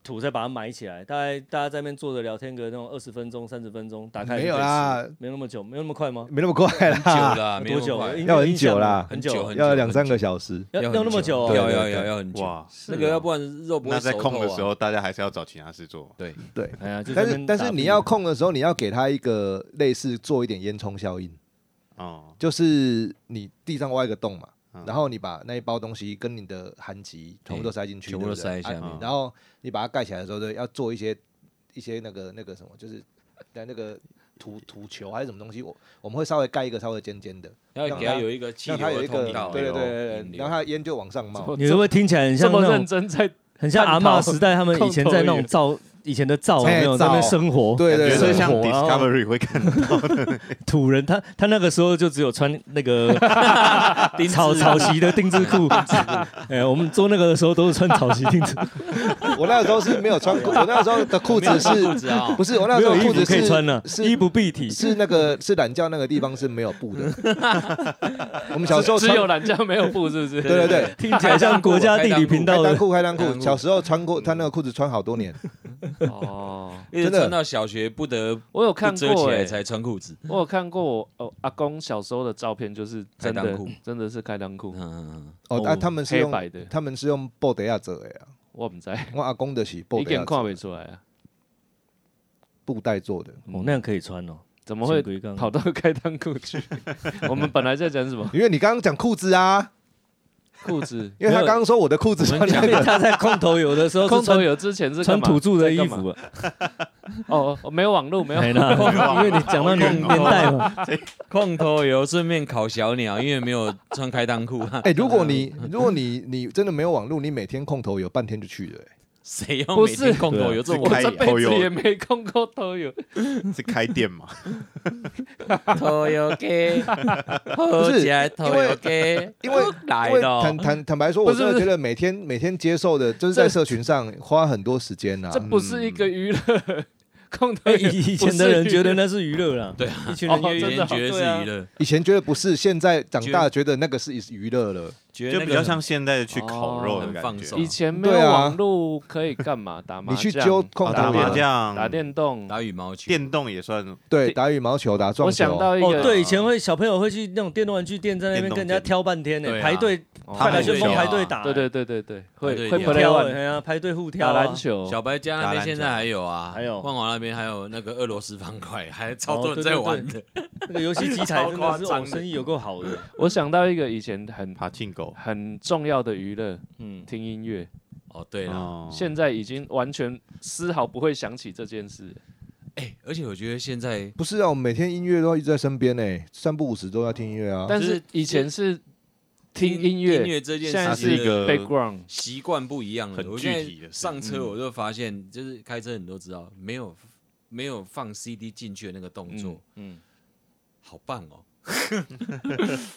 Speaker 3: 土再把它埋起来。大概大家在那边坐着聊天个那种二十分钟、三十分钟，打开
Speaker 5: 没
Speaker 3: 就
Speaker 5: 有
Speaker 3: 可以
Speaker 5: 啦
Speaker 3: 吃，没有那么久，没有那么快吗？
Speaker 5: 没那么快
Speaker 1: 很久
Speaker 5: 啦，
Speaker 1: 啦，没
Speaker 3: 多
Speaker 1: 那么
Speaker 3: 久啊？
Speaker 1: 快
Speaker 3: 应该
Speaker 5: 要
Speaker 3: 有
Speaker 5: 很
Speaker 3: 印象
Speaker 5: 久啦
Speaker 3: 吧很
Speaker 1: 很久
Speaker 3: 久
Speaker 1: 很，
Speaker 5: 要两三个小时。
Speaker 3: 要
Speaker 1: 要
Speaker 3: 要那
Speaker 1: 很
Speaker 3: 么
Speaker 1: 久
Speaker 3: 久
Speaker 5: 对
Speaker 3: 哦。
Speaker 1: 要要
Speaker 5: 对
Speaker 1: 要
Speaker 5: 对
Speaker 1: 要很久。
Speaker 4: 哇，
Speaker 2: 啊
Speaker 1: 那个
Speaker 4: 是哦
Speaker 1: 要不然肉不会
Speaker 4: 那在
Speaker 1: 熟
Speaker 4: 空的
Speaker 1: 透啊
Speaker 4: 时，候，大家还是要找其他事做。
Speaker 1: 对，
Speaker 3: 哎呀，就在
Speaker 5: 但
Speaker 3: 那
Speaker 5: 是
Speaker 3: 边
Speaker 5: 但是
Speaker 3: 打
Speaker 5: 你
Speaker 3: 屁
Speaker 5: 要空的时候，你要给他一个类似做一点烟囱效应，
Speaker 4: 哦，
Speaker 5: 就是你地上挖一个洞嘛，
Speaker 4: 嗯
Speaker 5: 然后你把那一包东西跟你的含极全部都塞进去，
Speaker 1: 全部都
Speaker 5: 对不对
Speaker 1: 塞在下
Speaker 5: 啊
Speaker 1: 面
Speaker 4: 嗯
Speaker 5: 然后你把它盖起来的时候，对，要做一些一些那个那个什么，就是在那个土土球还是什么东西，我我们会稍微盖一个稍微尖尖的，
Speaker 1: 要给
Speaker 5: 让
Speaker 1: 它
Speaker 5: 它
Speaker 1: 有一个气
Speaker 5: 让
Speaker 1: 流
Speaker 5: 它有
Speaker 1: 的
Speaker 5: 一个
Speaker 1: 通道，
Speaker 5: 对对对
Speaker 1: 引
Speaker 5: 对，
Speaker 1: 流
Speaker 5: 让它烟就往上
Speaker 2: 这
Speaker 5: 冒
Speaker 2: 么。
Speaker 3: 你会不会听起来很像
Speaker 2: 这
Speaker 3: 那
Speaker 2: 么认
Speaker 3: 种
Speaker 2: 真在
Speaker 3: 很像阿嬷
Speaker 2: 探讨
Speaker 3: 时代他们以前在那
Speaker 2: 空
Speaker 3: 种灶以前的灶有没有
Speaker 5: 哎
Speaker 3: 在那边
Speaker 5: 灶
Speaker 3: 生活？
Speaker 5: 对对
Speaker 4: 感觉
Speaker 5: 对
Speaker 4: 是 像
Speaker 3: 生活然后
Speaker 4: Discovery 会看到
Speaker 3: 土人他他那个时候就只有穿那个草草席的定制裤，哎，我们做那个的时候都是穿草席定制，
Speaker 5: 我那个时候是没有穿裤，我那个时候的裤
Speaker 1: 没有
Speaker 5: 子
Speaker 1: 穿裤
Speaker 5: 是，
Speaker 1: 子 啊，
Speaker 5: 不是我那
Speaker 3: 没
Speaker 5: 时候
Speaker 3: 有衣
Speaker 5: 裤
Speaker 3: 服
Speaker 5: 子
Speaker 3: 可以穿
Speaker 5: 是
Speaker 3: 了，
Speaker 5: 是
Speaker 3: 衣不蔽 体。
Speaker 5: 是那个是懒觉那个地方是没有布的。我们小时候
Speaker 2: 只
Speaker 5: 穿
Speaker 2: 有懒觉没有布，是不 是？
Speaker 5: 对对对，
Speaker 3: 听起来像国家地理频
Speaker 5: 开
Speaker 3: 道
Speaker 5: 裆
Speaker 3: 的。
Speaker 5: 裤开裆
Speaker 1: 开裆
Speaker 5: 裤，
Speaker 1: 裤
Speaker 5: 小时候穿过，他那个裤子穿好多年。
Speaker 2: 哦，
Speaker 1: 一直
Speaker 5: 真的
Speaker 1: 穿到小学不得不
Speaker 2: 我有看
Speaker 1: 遮起
Speaker 2: 过
Speaker 1: 来
Speaker 2: 哎，
Speaker 1: 才穿裤子。
Speaker 2: 我有看过我哦阿公小时候的照片，就是真
Speaker 1: 开裆
Speaker 2: 的
Speaker 1: 裤
Speaker 2: 真的是开裆裤
Speaker 1: 嗯，嗯嗯，
Speaker 5: 哦，
Speaker 3: 哦
Speaker 5: 啊，他们是
Speaker 2: 黑
Speaker 5: 用
Speaker 2: 白的，
Speaker 5: 他们是用布袋啊做的呀，
Speaker 2: 我不知道，
Speaker 5: 我阿公的是布
Speaker 2: 一
Speaker 5: 袋
Speaker 2: 点
Speaker 5: 啊
Speaker 2: 看
Speaker 5: 做
Speaker 2: 不
Speaker 5: 的，
Speaker 2: 出来啊，
Speaker 5: 布袋做的。
Speaker 3: 哦，那样可以穿哦，
Speaker 2: 怎么会
Speaker 3: 潜规
Speaker 2: 跑
Speaker 3: 刚？
Speaker 2: 到开裆裤去？ 我们本来在讲什 么
Speaker 5: 因为你刚刚讲裤子啊，
Speaker 2: 裤子？
Speaker 5: 因为他
Speaker 3: 没有
Speaker 5: 刚刚说我的裤子穿那
Speaker 3: 因为
Speaker 5: 个，
Speaker 3: 他在空投游的时候
Speaker 2: 空
Speaker 3: 是
Speaker 2: 投
Speaker 3: 穿
Speaker 2: 有之前是干
Speaker 3: 穿
Speaker 2: 嘛
Speaker 3: 土著的衣。
Speaker 2: 在干嘛
Speaker 3: 服，啊
Speaker 2: 哦，哦没有网络，没有
Speaker 3: 哎那因为你讲到那个年代嘛，
Speaker 1: 空头油顺便烤小鸟，因为没有穿开裆裤 啊。
Speaker 5: 哎，如果你如果你你真的没有网络，你每天空头有半天就去 了。哎
Speaker 1: 谁要
Speaker 2: 不
Speaker 1: 每
Speaker 2: 是
Speaker 1: 天空头油这
Speaker 4: 对啊
Speaker 1: 种
Speaker 2: 我
Speaker 4: 开
Speaker 2: 这辈
Speaker 4: 头有
Speaker 2: 子也没空过都有。
Speaker 4: 是开店嘛？
Speaker 1: 头油 给，
Speaker 5: 不
Speaker 1: 喝
Speaker 5: 是
Speaker 1: 起来头油给，
Speaker 5: 因为
Speaker 1: 来
Speaker 5: 因为
Speaker 1: 了
Speaker 5: 坦坦坦白说，
Speaker 2: 不
Speaker 5: 我
Speaker 2: 是
Speaker 5: 真的
Speaker 2: 不是
Speaker 5: 觉得每天每天接受的，就是在
Speaker 2: 这
Speaker 5: 社群上花很多时间啊
Speaker 2: 这。不是一个娱乐，空投
Speaker 3: 哎
Speaker 2: 也
Speaker 3: 以以
Speaker 2: 不
Speaker 3: 前
Speaker 2: 是
Speaker 3: 的人
Speaker 2: 娱
Speaker 3: 觉得
Speaker 2: 乐
Speaker 3: 那是娱乐啦，
Speaker 1: 对
Speaker 3: 一群人
Speaker 2: 哦
Speaker 1: 以
Speaker 3: 约
Speaker 2: 真
Speaker 1: 前
Speaker 2: 的哦
Speaker 1: 觉得
Speaker 2: 对啊
Speaker 1: 是娱乐，
Speaker 5: 以前觉得不是，现在长大觉得那个是娱乐了。
Speaker 1: 觉得
Speaker 4: 就
Speaker 1: 那
Speaker 4: 比
Speaker 1: 个
Speaker 4: 较
Speaker 1: 很
Speaker 4: 像现在的去烤肉的
Speaker 1: 很
Speaker 4: 感
Speaker 1: 放
Speaker 4: 觉
Speaker 1: 松。
Speaker 2: 以前没有
Speaker 5: 对啊
Speaker 2: 网络可以干嘛？打麻
Speaker 5: 你
Speaker 2: 将、
Speaker 5: 去揪空
Speaker 4: 哦打
Speaker 5: 投
Speaker 4: 麻
Speaker 5: 有，
Speaker 4: 将、
Speaker 2: 打电动。
Speaker 1: 打羽毛球，
Speaker 4: 电动也算
Speaker 5: 对，打羽毛球、打撞球。啊
Speaker 2: 我想到一
Speaker 3: 哦，
Speaker 2: 个，
Speaker 3: 对，以前会小朋友会去那种电动玩具店，在那边
Speaker 4: 电动
Speaker 3: 跟人家
Speaker 4: 店
Speaker 3: 挑半天呢
Speaker 1: 对，啊
Speaker 3: 排队
Speaker 2: 哦
Speaker 3: 快
Speaker 4: 来
Speaker 3: 打
Speaker 4: 就
Speaker 3: 旋
Speaker 4: 疯
Speaker 3: 风
Speaker 4: 挑
Speaker 3: 排队打，
Speaker 2: 对对对对对，
Speaker 1: 对
Speaker 2: 会
Speaker 1: 对
Speaker 2: 会
Speaker 1: 对
Speaker 2: 回来
Speaker 3: 挑哎，
Speaker 2: 玩
Speaker 3: 哎呀，排队互挑
Speaker 2: 打
Speaker 3: 啊
Speaker 2: 篮，球。
Speaker 1: 小白家那
Speaker 4: 打
Speaker 1: 边
Speaker 4: 篮
Speaker 1: 现在
Speaker 4: 球
Speaker 1: 还有啊，
Speaker 3: 还有
Speaker 1: 万华那边还有那个俄罗斯方块，还超
Speaker 3: 哦
Speaker 1: 多人
Speaker 3: 对
Speaker 1: 在
Speaker 3: 对
Speaker 1: 玩
Speaker 3: 对
Speaker 1: 的。
Speaker 3: 那个游戏机台
Speaker 1: 超
Speaker 3: 真的
Speaker 1: 夸
Speaker 3: 是
Speaker 1: 张
Speaker 3: 哦，
Speaker 1: 的
Speaker 3: 生意有够好的，
Speaker 2: 我想到一个以前很
Speaker 4: 爬进狗。
Speaker 2: 很重要的娱乐，
Speaker 3: 嗯，
Speaker 2: 听音乐，
Speaker 1: 哦，对了，
Speaker 4: 哦
Speaker 2: 现在已经完全丝毫不会想起这件事。
Speaker 1: 哎，而且我觉得现在
Speaker 5: 不是啊，我们每天音乐都一直在身边呢，三不五时都要听音乐啊。
Speaker 2: 但
Speaker 1: 就是是
Speaker 2: 以前是听音
Speaker 1: 音
Speaker 2: 乐
Speaker 1: 乐这件
Speaker 2: 现在
Speaker 1: 事情
Speaker 4: 它是一个
Speaker 2: background，
Speaker 1: 习惯不一样了。
Speaker 4: 很
Speaker 1: 我
Speaker 4: 具
Speaker 1: 现在
Speaker 4: 体的事
Speaker 1: 上车
Speaker 2: 嗯
Speaker 1: 我就发现，就是开车你都知道，没有没有放 CD 进去的那个动作，
Speaker 3: 嗯，
Speaker 1: 好棒哦！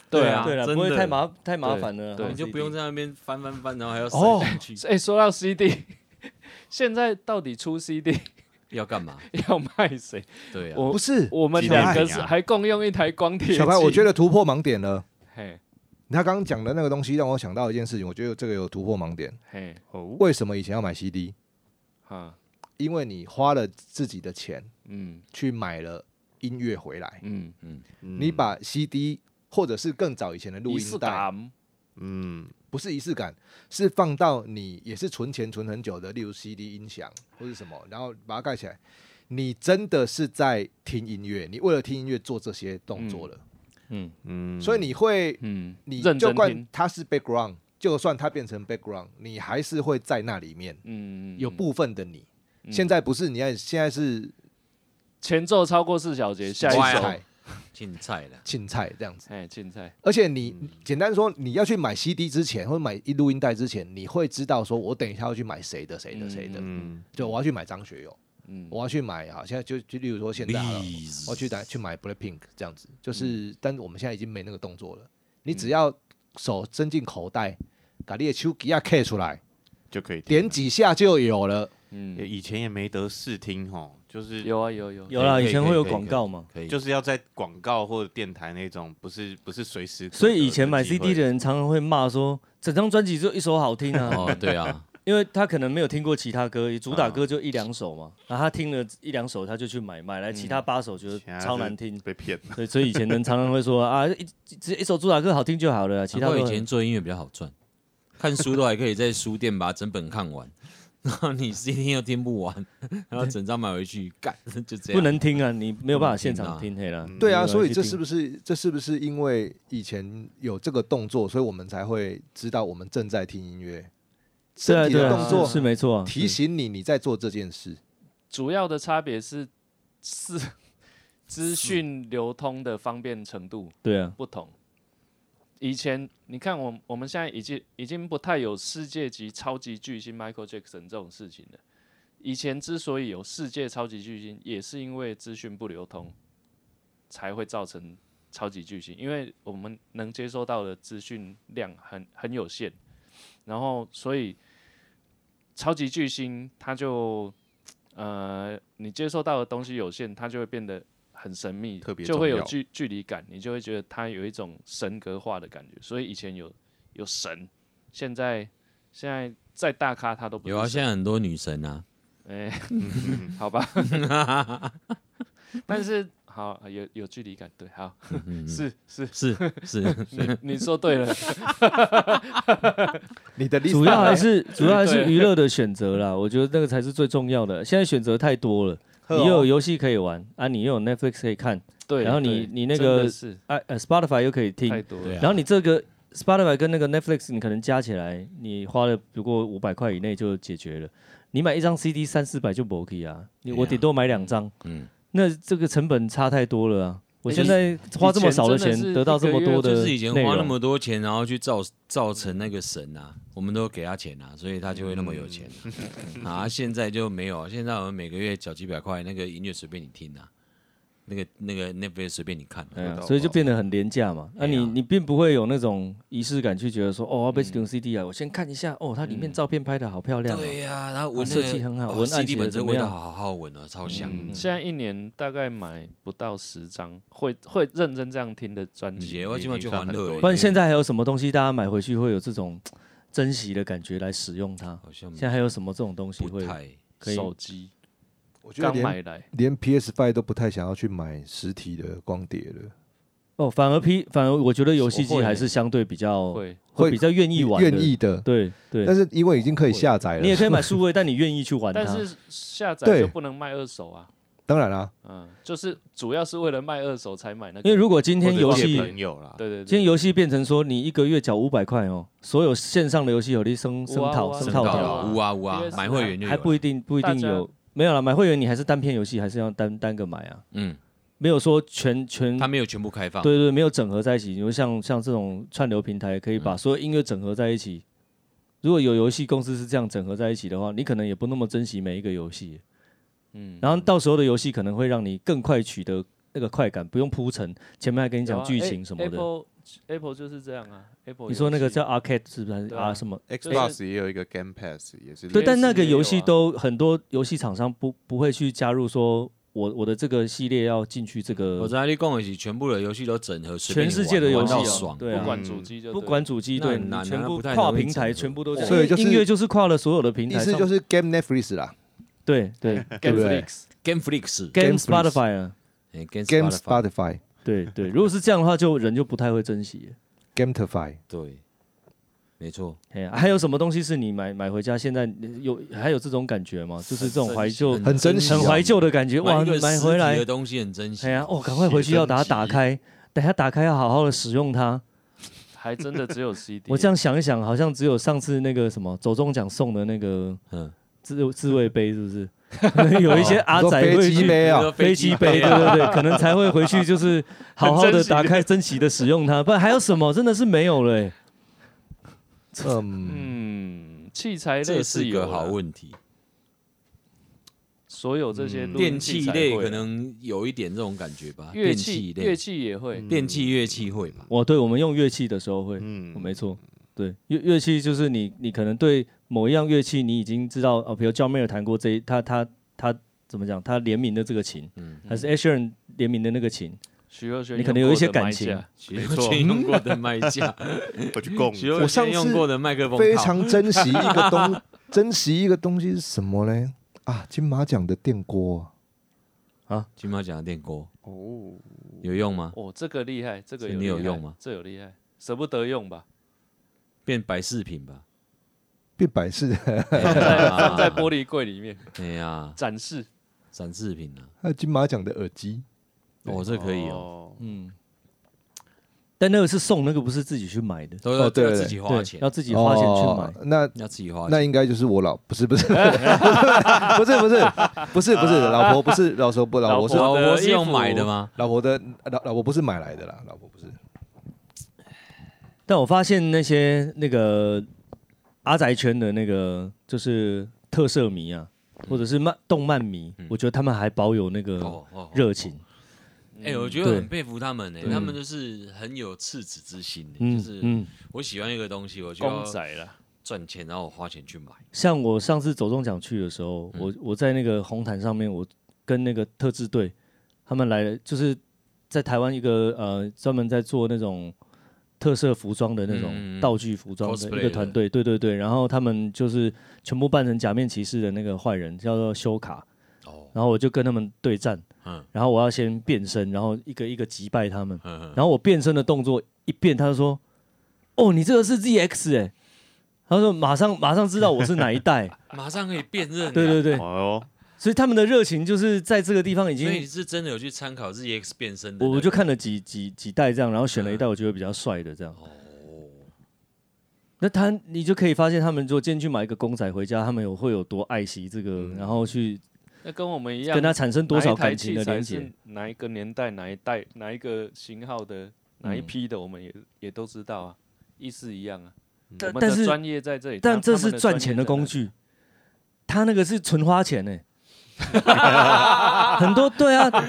Speaker 2: 对啊
Speaker 3: 对了，
Speaker 1: 真
Speaker 3: 不会
Speaker 1: 的
Speaker 3: 太麻太麻烦了，
Speaker 2: 对
Speaker 3: 他
Speaker 1: 你
Speaker 3: 们
Speaker 1: 就
Speaker 3: 自己
Speaker 1: 不用在那边翻翻翻，然后还要
Speaker 5: 哦
Speaker 1: 塞进去，
Speaker 2: 哎、说到 CD，现在到底出 CD
Speaker 1: 要干嘛？
Speaker 2: 要卖谁？
Speaker 1: 对啊，
Speaker 2: 我
Speaker 5: 不是
Speaker 2: 我们
Speaker 4: 几台
Speaker 2: 两个
Speaker 4: 啊
Speaker 2: 是还共用一台光碟机。
Speaker 5: 小白，我觉得突破盲点了。
Speaker 2: 嘿
Speaker 5: 他刚刚讲的那个东西让我想到一件事情，我觉得这个有突破盲点。
Speaker 2: 嘿
Speaker 4: 哦，
Speaker 5: 为什么以前要买 CD？
Speaker 2: 啊，
Speaker 5: 因为你花了自己的钱
Speaker 2: 嗯
Speaker 5: 去买了音乐回来，
Speaker 2: 嗯，
Speaker 4: 嗯
Speaker 5: 你把 CD 或者是更早以前的录
Speaker 2: 仪
Speaker 5: 音
Speaker 2: 式
Speaker 5: 带，
Speaker 2: 感
Speaker 4: 嗯，
Speaker 5: 不是仪式感，是放到你也是存钱存很久的，例如 CD 音响或是什么，然后把它盖起来。你真的是在听音乐，你为了听音乐做这些动作了，
Speaker 2: 嗯
Speaker 4: 嗯，
Speaker 5: 所以你会，
Speaker 2: 嗯，
Speaker 5: 你
Speaker 2: 认
Speaker 5: 就
Speaker 2: 真
Speaker 5: 算
Speaker 2: 听，
Speaker 5: 它是 background，就算它变成 background，你还是会在那里面
Speaker 2: 嗯，
Speaker 5: 有部分的你。
Speaker 2: 嗯
Speaker 5: 现在不是你看，现在是
Speaker 2: 前奏超过四小节，下一
Speaker 1: 哇
Speaker 2: 首，
Speaker 5: 菜
Speaker 1: 青菜了，
Speaker 5: 青菜这样子。
Speaker 2: 哎，竞赛，
Speaker 5: 而且你
Speaker 2: 嗯
Speaker 5: 简单说，你要去买 CD 之前，或者买一录音带之前，你会知道说，我等一下要去买谁的谁的谁的，
Speaker 4: 嗯
Speaker 5: 就我要去买张学友，
Speaker 2: 嗯，
Speaker 5: 我要去买啊，现在就就例如说现啊在好了，我去打去买 Blackpink 这样子，
Speaker 2: 嗯
Speaker 5: 就是，但是我们现在已经没那个动作了，你只要手伸进口袋，把你的手机啊 K 出来，
Speaker 4: 就可以听
Speaker 5: 点几下就有了。
Speaker 2: 嗯，
Speaker 4: 以前也没得试听吼，就是
Speaker 2: 有啊有有，
Speaker 3: 有啦，
Speaker 1: 可以
Speaker 3: 以前
Speaker 1: 可以
Speaker 3: 会有
Speaker 1: 可以
Speaker 3: 广
Speaker 1: 可以
Speaker 3: 告嘛，
Speaker 1: 可以，
Speaker 4: 就是要在广告或者电台那种，不是不是随时可得的机会。
Speaker 3: 所以以前买 CD 的人常常会骂说，整张专辑就一首好听啊，
Speaker 1: 哦，对啊，
Speaker 3: 因为他可能没有听过其他歌，主打歌就一两首嘛，然后他听了一两首他就去买，买来其他八首觉得
Speaker 4: 其他
Speaker 3: 超
Speaker 4: 是
Speaker 3: 难听，
Speaker 4: 被骗了，
Speaker 3: 所以所以以前人常常会说啊，一只一首主打歌好听就好了啊，其他
Speaker 1: 难
Speaker 3: 都
Speaker 1: 怪以
Speaker 3: 很
Speaker 1: 前做音乐比较好赚，看书都还可以在书店把整本看完， 然后你 CD 又听不完，然后整张买回去干，就这样。
Speaker 3: 不能听啊，你没有办法现场
Speaker 1: 不能
Speaker 3: 听嘿啦。
Speaker 5: 对啊，
Speaker 3: 没有人
Speaker 5: 所以
Speaker 3: 去
Speaker 5: 这
Speaker 3: 听
Speaker 5: 是不是这是不是因为以前有这个动作，所以我们才会知道我们正在听音乐，
Speaker 3: 对啊
Speaker 5: 身体
Speaker 3: 对
Speaker 5: 的
Speaker 3: 啊
Speaker 5: 动作
Speaker 3: 是是没错啊，
Speaker 5: 提醒你你在做这件事。
Speaker 2: 主要的差别是是资讯流通的方便程度
Speaker 3: 对啊，
Speaker 2: 不同。以前你看我，我们现在已经已经不太有世界级超级巨星 Michael Jackson 这种事情了。以前之所以有世界超级巨星，也是因为资讯不流通，才会造成超级巨星。因为我们能接收到的资讯量很很有限，然后所以超级巨星他就呃，你接收到的东西有限，它就会变得很神秘，
Speaker 4: 特别
Speaker 2: 就会有
Speaker 4: 重要
Speaker 2: 距距离感，你就会觉得它有一种神格化的感觉。所以以前有有神，现在现在再大咖他都不是
Speaker 1: 有啊，
Speaker 2: 神
Speaker 1: 现在很多女神啊，
Speaker 2: 哎、
Speaker 3: 嗯
Speaker 2: 好吧，但是好有有距离感，对，好，
Speaker 3: 嗯
Speaker 2: 是是，
Speaker 1: 是是，
Speaker 2: 你说对了，
Speaker 5: 你的 list
Speaker 3: 主要还是主要还是
Speaker 2: 对
Speaker 3: 娱乐的选择啦，我觉得那个才是最重要的。现在选择太多了，你又有游戏可以玩啊，你又有 Netflix 可以看
Speaker 2: 对，
Speaker 3: 然后你
Speaker 2: 对
Speaker 3: 你那
Speaker 2: 真的
Speaker 3: 个
Speaker 2: 是
Speaker 3: 啊呃，Spotify 又可以听，
Speaker 2: 太多
Speaker 1: 对
Speaker 2: 了，
Speaker 1: 啊
Speaker 3: 然后你这个 Spotify 跟那个 Netflix 你可能加起来，你花了不过五百块以内就解决了。你买一张 CD 三四百就不 OK 啊，你
Speaker 1: 对啊
Speaker 3: 我顶多买两张，
Speaker 1: 嗯，
Speaker 3: 那这个成本差太多了啊。我
Speaker 2: 哎
Speaker 3: 现在花这么少的
Speaker 2: 以前真的
Speaker 3: 钱
Speaker 2: 是
Speaker 3: 得到这么多的
Speaker 1: 就是以前
Speaker 3: 内
Speaker 1: 花
Speaker 3: 容
Speaker 1: 那么多钱，然后去造造成那个神啊，我们都给他钱啊，所以他就会那么有钱
Speaker 3: 嗯
Speaker 1: 啊。 啊现在就没有啊，现在我们每个月缴几百块，那个音乐随便你听啊，那个那个那边随便你看、
Speaker 3: 哎
Speaker 1: 啊。
Speaker 3: 呀，所以就变得很廉价嘛。那、
Speaker 1: 哎呀
Speaker 3: 你你并不会有那种仪式感去觉得说，哦，我要被用 CD 啊，我先看一下，哦，它里面照片拍的好漂亮、哦。
Speaker 1: 对呀、然后闻、那
Speaker 3: 设
Speaker 1: 个
Speaker 3: 计很好
Speaker 1: 哦
Speaker 3: 文案
Speaker 1: CD
Speaker 3: 写得
Speaker 1: 本身
Speaker 3: 怎么
Speaker 1: 味道
Speaker 3: 样
Speaker 1: 好好闻啊，超香。
Speaker 4: 嗯
Speaker 2: 现在一年大概买不到十张，会会认真这样听的专
Speaker 3: 嗯
Speaker 1: 你
Speaker 2: 辑，
Speaker 1: 姐，我今晚去欢乐、欸
Speaker 3: 不然现在还有什么东西大家买回去会有这种嘖珍惜的感觉来使用它？
Speaker 1: 好像
Speaker 3: 现在还有什么这种东西
Speaker 1: 不
Speaker 3: 会？
Speaker 1: 太
Speaker 3: 可以
Speaker 2: 手机
Speaker 5: 我觉得
Speaker 2: 刚
Speaker 5: 连
Speaker 2: 买来，
Speaker 5: 连 PS Five 都不太想要去买实体的光碟了，
Speaker 3: 哦，反而 P 反而我觉得游戏
Speaker 2: 我
Speaker 3: 机
Speaker 2: 会
Speaker 3: 还是相对比较
Speaker 2: 会
Speaker 3: 会比较愿意玩的，
Speaker 5: 愿意的，
Speaker 3: 对对
Speaker 5: 但。是因为已经可以下载
Speaker 3: 你也
Speaker 5: 了，
Speaker 3: 可以买数位，但你愿意去玩它。
Speaker 2: 但是下载
Speaker 5: 对
Speaker 2: 就不能卖二手啊，
Speaker 5: 当然啦，
Speaker 2: 嗯，就是主要是为了卖二手才买那个，
Speaker 3: 因为如果今
Speaker 4: 或
Speaker 3: 天
Speaker 4: 者
Speaker 3: 游
Speaker 4: 借
Speaker 3: 戏
Speaker 4: 朋友啦，
Speaker 2: 对对
Speaker 3: 今天
Speaker 2: 对，
Speaker 3: 游戏变成说，你一个月缴五百块哦，所有线上的游戏有的升升
Speaker 2: 有啊
Speaker 3: 套
Speaker 2: 有啊
Speaker 3: 升
Speaker 1: 升
Speaker 3: 套
Speaker 1: 到
Speaker 2: 有
Speaker 3: 条，
Speaker 1: 了，呜啊呜啊
Speaker 2: 因为，是
Speaker 1: 买会员就有
Speaker 3: 还不
Speaker 1: 了
Speaker 3: 一定不一定
Speaker 2: 大家
Speaker 3: 有没有啦，买会员你还是单片游戏，还是要单单个买啊，
Speaker 1: 嗯，
Speaker 3: 没有说全全
Speaker 1: 他没有全部开放。
Speaker 3: 对对，没有整合在一起。你说像像这种串流平台，可以
Speaker 1: 嗯
Speaker 3: 把所有音乐整合在一起。如果有游戏公司是这样整合在一起的话，你可能也不那么珍惜每一个游戏。嗯，然后到时候的游戏可能会让你更快取得那个快感，不用铺陈，前面还跟你
Speaker 2: 你
Speaker 3: 讲剧情什么的。
Speaker 2: 啊哎 Apple Apple 就是这样啊，Apple
Speaker 3: 你说那个
Speaker 2: 游戏
Speaker 3: 叫 arcade 是不是
Speaker 2: 对
Speaker 3: 啊
Speaker 2: 啊
Speaker 3: 什么？
Speaker 4: Xbox 也有一个 Game Pass，也是
Speaker 3: 对，
Speaker 4: 类似
Speaker 3: 但那个
Speaker 2: 也有
Speaker 3: 游戏
Speaker 2: 啊
Speaker 3: 都很多游戏厂商不不会去加入说，我我的这个系列要进去这
Speaker 1: 我
Speaker 3: 个
Speaker 1: 知道你共起全部的游戏都整合，随便
Speaker 3: 全
Speaker 1: 你
Speaker 3: 世界的
Speaker 1: 玩
Speaker 3: 游
Speaker 1: 玩
Speaker 3: 戏
Speaker 1: 到
Speaker 3: 哦
Speaker 1: 爽。
Speaker 3: 对
Speaker 2: 不
Speaker 3: 啊，
Speaker 2: 管主机就
Speaker 3: 不
Speaker 2: 对
Speaker 3: 管主机
Speaker 1: 那
Speaker 3: 对，
Speaker 1: 很
Speaker 3: 你
Speaker 1: 难啊
Speaker 3: 全
Speaker 1: 那
Speaker 3: 部
Speaker 1: 不太
Speaker 3: 跨
Speaker 1: 容易
Speaker 3: 平
Speaker 1: 整合
Speaker 3: 台全部都这样，
Speaker 5: 所以
Speaker 3: 因为
Speaker 5: 就是
Speaker 3: 音乐就是跨了所有的平
Speaker 5: 意
Speaker 3: 台
Speaker 5: 思
Speaker 3: 上，
Speaker 5: 就是 Game Netflix 啦
Speaker 3: 对对
Speaker 5: 对不对
Speaker 2: Netflix
Speaker 1: Game Flix，
Speaker 3: ，Game
Speaker 5: Game Freak
Speaker 3: Spotify 啊，
Speaker 1: 哎，Game
Speaker 5: ，Game
Speaker 1: Spotify，
Speaker 5: Spotify，
Speaker 3: 对对，如果是这样的话，就人就不太会珍惜耶。
Speaker 5: Gamify
Speaker 1: 对，没错，
Speaker 3: 哎呀，还有什么东西是你买买回家，现在有还有这种感觉吗？就是这种怀旧、
Speaker 5: 很珍惜啊
Speaker 3: 嗯很怀旧的感觉，哇，
Speaker 1: 买一
Speaker 3: 你
Speaker 1: 个
Speaker 3: 买
Speaker 1: 实
Speaker 3: 回
Speaker 1: 体
Speaker 3: 来
Speaker 1: 的，东西很珍惜
Speaker 3: 哎。呀，哦，赶快回去要把它打开，等下打开要好好的使用它。
Speaker 2: 还真的只有 CD。
Speaker 3: 我这样想一想，好像只有上次那个什么走中奖送的那个
Speaker 1: 嗯，
Speaker 3: 自自慰杯，是不是？可能有一些阿仔
Speaker 5: 飞
Speaker 3: 会
Speaker 5: 机
Speaker 3: 去
Speaker 5: 杯
Speaker 1: 比如
Speaker 5: 啊
Speaker 1: 说，
Speaker 3: 飞机杯，对对对， 可能才会回去就是好好
Speaker 2: 很
Speaker 3: 的
Speaker 2: 珍惜
Speaker 3: 打开，珍惜的使用它。不然还有什么？真的是没有了、欸。
Speaker 5: 嗯，
Speaker 2: 嗯，器材类
Speaker 1: 这
Speaker 2: 是
Speaker 1: 是
Speaker 2: 有
Speaker 1: 个
Speaker 2: 啦
Speaker 1: 好，问题。
Speaker 2: 所有这些
Speaker 4: 嗯
Speaker 2: 录音
Speaker 1: 电器
Speaker 2: 材
Speaker 1: 类
Speaker 2: 会啊
Speaker 1: 可能有一点这种感觉吧，
Speaker 2: 乐
Speaker 1: 电器
Speaker 2: 器
Speaker 1: 类
Speaker 2: 乐、器也会，
Speaker 3: 嗯
Speaker 1: 电器乐器会吧。
Speaker 3: 哦我对我们用乐器的时候会，哦
Speaker 4: 嗯
Speaker 3: 没错，对乐乐器就是你你可能对某一样乐器你已经知道哦，比如 John Mayer 弹过这一他他他怎么讲，他联名的这个琴，
Speaker 5: 嗯
Speaker 3: 还是 a s h e r n 联名的那个琴，
Speaker 2: 徐若瑄
Speaker 3: 你可能
Speaker 2: 用
Speaker 3: 有一
Speaker 2: 过
Speaker 3: 些
Speaker 2: 的
Speaker 3: 感
Speaker 2: 麦
Speaker 3: 情
Speaker 2: 架
Speaker 1: 徐若瑄用过的麦架，
Speaker 4: 我去供
Speaker 1: 徐若
Speaker 5: 我上
Speaker 1: 瑄
Speaker 5: 次
Speaker 1: 用过的麦克风
Speaker 5: 非
Speaker 1: 套
Speaker 5: 常珍惜一个东， 珍惜一个东西是什么呢？啊，金马奖的电锅啊，
Speaker 1: 金马奖的电锅
Speaker 4: 哦，
Speaker 1: 有用吗？
Speaker 2: 哦，这个厉害，这个
Speaker 1: 这你有
Speaker 2: 厉害
Speaker 1: 用吗？
Speaker 2: 这有厉害，舍不得 用吧？
Speaker 1: 变白饰品吧。
Speaker 5: 被摆饰，
Speaker 1: 放
Speaker 2: 在放在玻璃柜里面
Speaker 1: 哎呀，
Speaker 2: 展示，
Speaker 1: 展示品啊，
Speaker 5: 还有 金马奖的耳机，
Speaker 1: 哦，这可以哦，
Speaker 3: 嗯，但那个是送，那个不是自己去买的，
Speaker 1: 都要
Speaker 5: 哦对
Speaker 1: 要
Speaker 5: 对
Speaker 1: 自己花
Speaker 3: 对
Speaker 1: 钱
Speaker 3: 要，自己花钱去买
Speaker 5: 哦。那
Speaker 1: 要自己花
Speaker 5: 那
Speaker 1: 钱。
Speaker 5: 应该就是我老不是不是 不是不是不是不是老婆不是老婆不老婆是
Speaker 2: 老
Speaker 1: 老
Speaker 2: 婆的
Speaker 1: 婆是
Speaker 2: 衣
Speaker 1: 用
Speaker 2: 服
Speaker 1: 买的吗？
Speaker 5: 老婆的老老婆不是买来的啦，老婆不是
Speaker 3: 但我发现那些那个阿宅圈的那个就是特色迷啊，或者是漫动漫迷，我觉得他们还保有那个
Speaker 1: 嗯哦哦，哦
Speaker 3: 热情。
Speaker 1: 哎，我觉得
Speaker 3: 对
Speaker 1: 很佩服他们呢，他们就是很有赤子之心的，
Speaker 3: 嗯
Speaker 1: 就是
Speaker 3: 嗯，
Speaker 1: 我喜欢一个东西，我就
Speaker 2: 公
Speaker 1: 要
Speaker 2: 仔啦，
Speaker 1: 赚钱，然后我花钱去买。
Speaker 3: 像我上次走中奖去的时候，
Speaker 1: 嗯
Speaker 3: 我我在那个红毯上面，我跟那个特制队他们来了，就是在台湾一个呃专门在做那种特色服装的那
Speaker 1: 嗯嗯
Speaker 3: 种
Speaker 1: 嗯
Speaker 3: 道具服装的
Speaker 1: Cosplay
Speaker 3: 一个团队，对对对，然后他们就是全部扮成假面骑士的那个坏人，叫做修卡，
Speaker 1: 哦，
Speaker 3: 然后我就跟他们对战，
Speaker 1: 嗯
Speaker 3: 然后我要先变身，然后一个一个击败他们，
Speaker 1: 嗯嗯
Speaker 3: 然后我变身的动作一变，他就说：“哦，你这个是 ZX 哎、他说：“马上马上知道我是哪一代。
Speaker 1: 马上可以辨认啊。”
Speaker 3: 对对对，
Speaker 4: 哦，
Speaker 3: 所以他们的热情就是在这个地方已
Speaker 1: 所以你
Speaker 3: 经，
Speaker 1: 是真的有去参考 ZX 变身的那
Speaker 3: 我
Speaker 1: 个？
Speaker 3: 我就看了几几几代这样，然后选了一代我觉得比较帅的这样。那他你就可以发现，他们如果今天去买一个公仔回家，他们有会有多爱惜这个，然后去
Speaker 2: 那跟我们一样，
Speaker 3: 跟他产生多
Speaker 2: 哪
Speaker 3: 少
Speaker 2: 一台
Speaker 3: 感情的
Speaker 2: 器材
Speaker 3: 连
Speaker 2: 是
Speaker 3: 接。
Speaker 2: 哪一个年代、哪一代、哪一个型号的、哪
Speaker 3: 嗯
Speaker 2: 一批的，我们也也都知道啊，意思一样啊。我
Speaker 3: 但
Speaker 2: 们
Speaker 3: 但
Speaker 2: 的
Speaker 3: 是
Speaker 2: 专业在这里，
Speaker 3: 但
Speaker 2: 他
Speaker 3: 这
Speaker 2: 他们
Speaker 3: 是赚钱的工具，他那个是纯花钱 呢、很多对啊，
Speaker 5: 对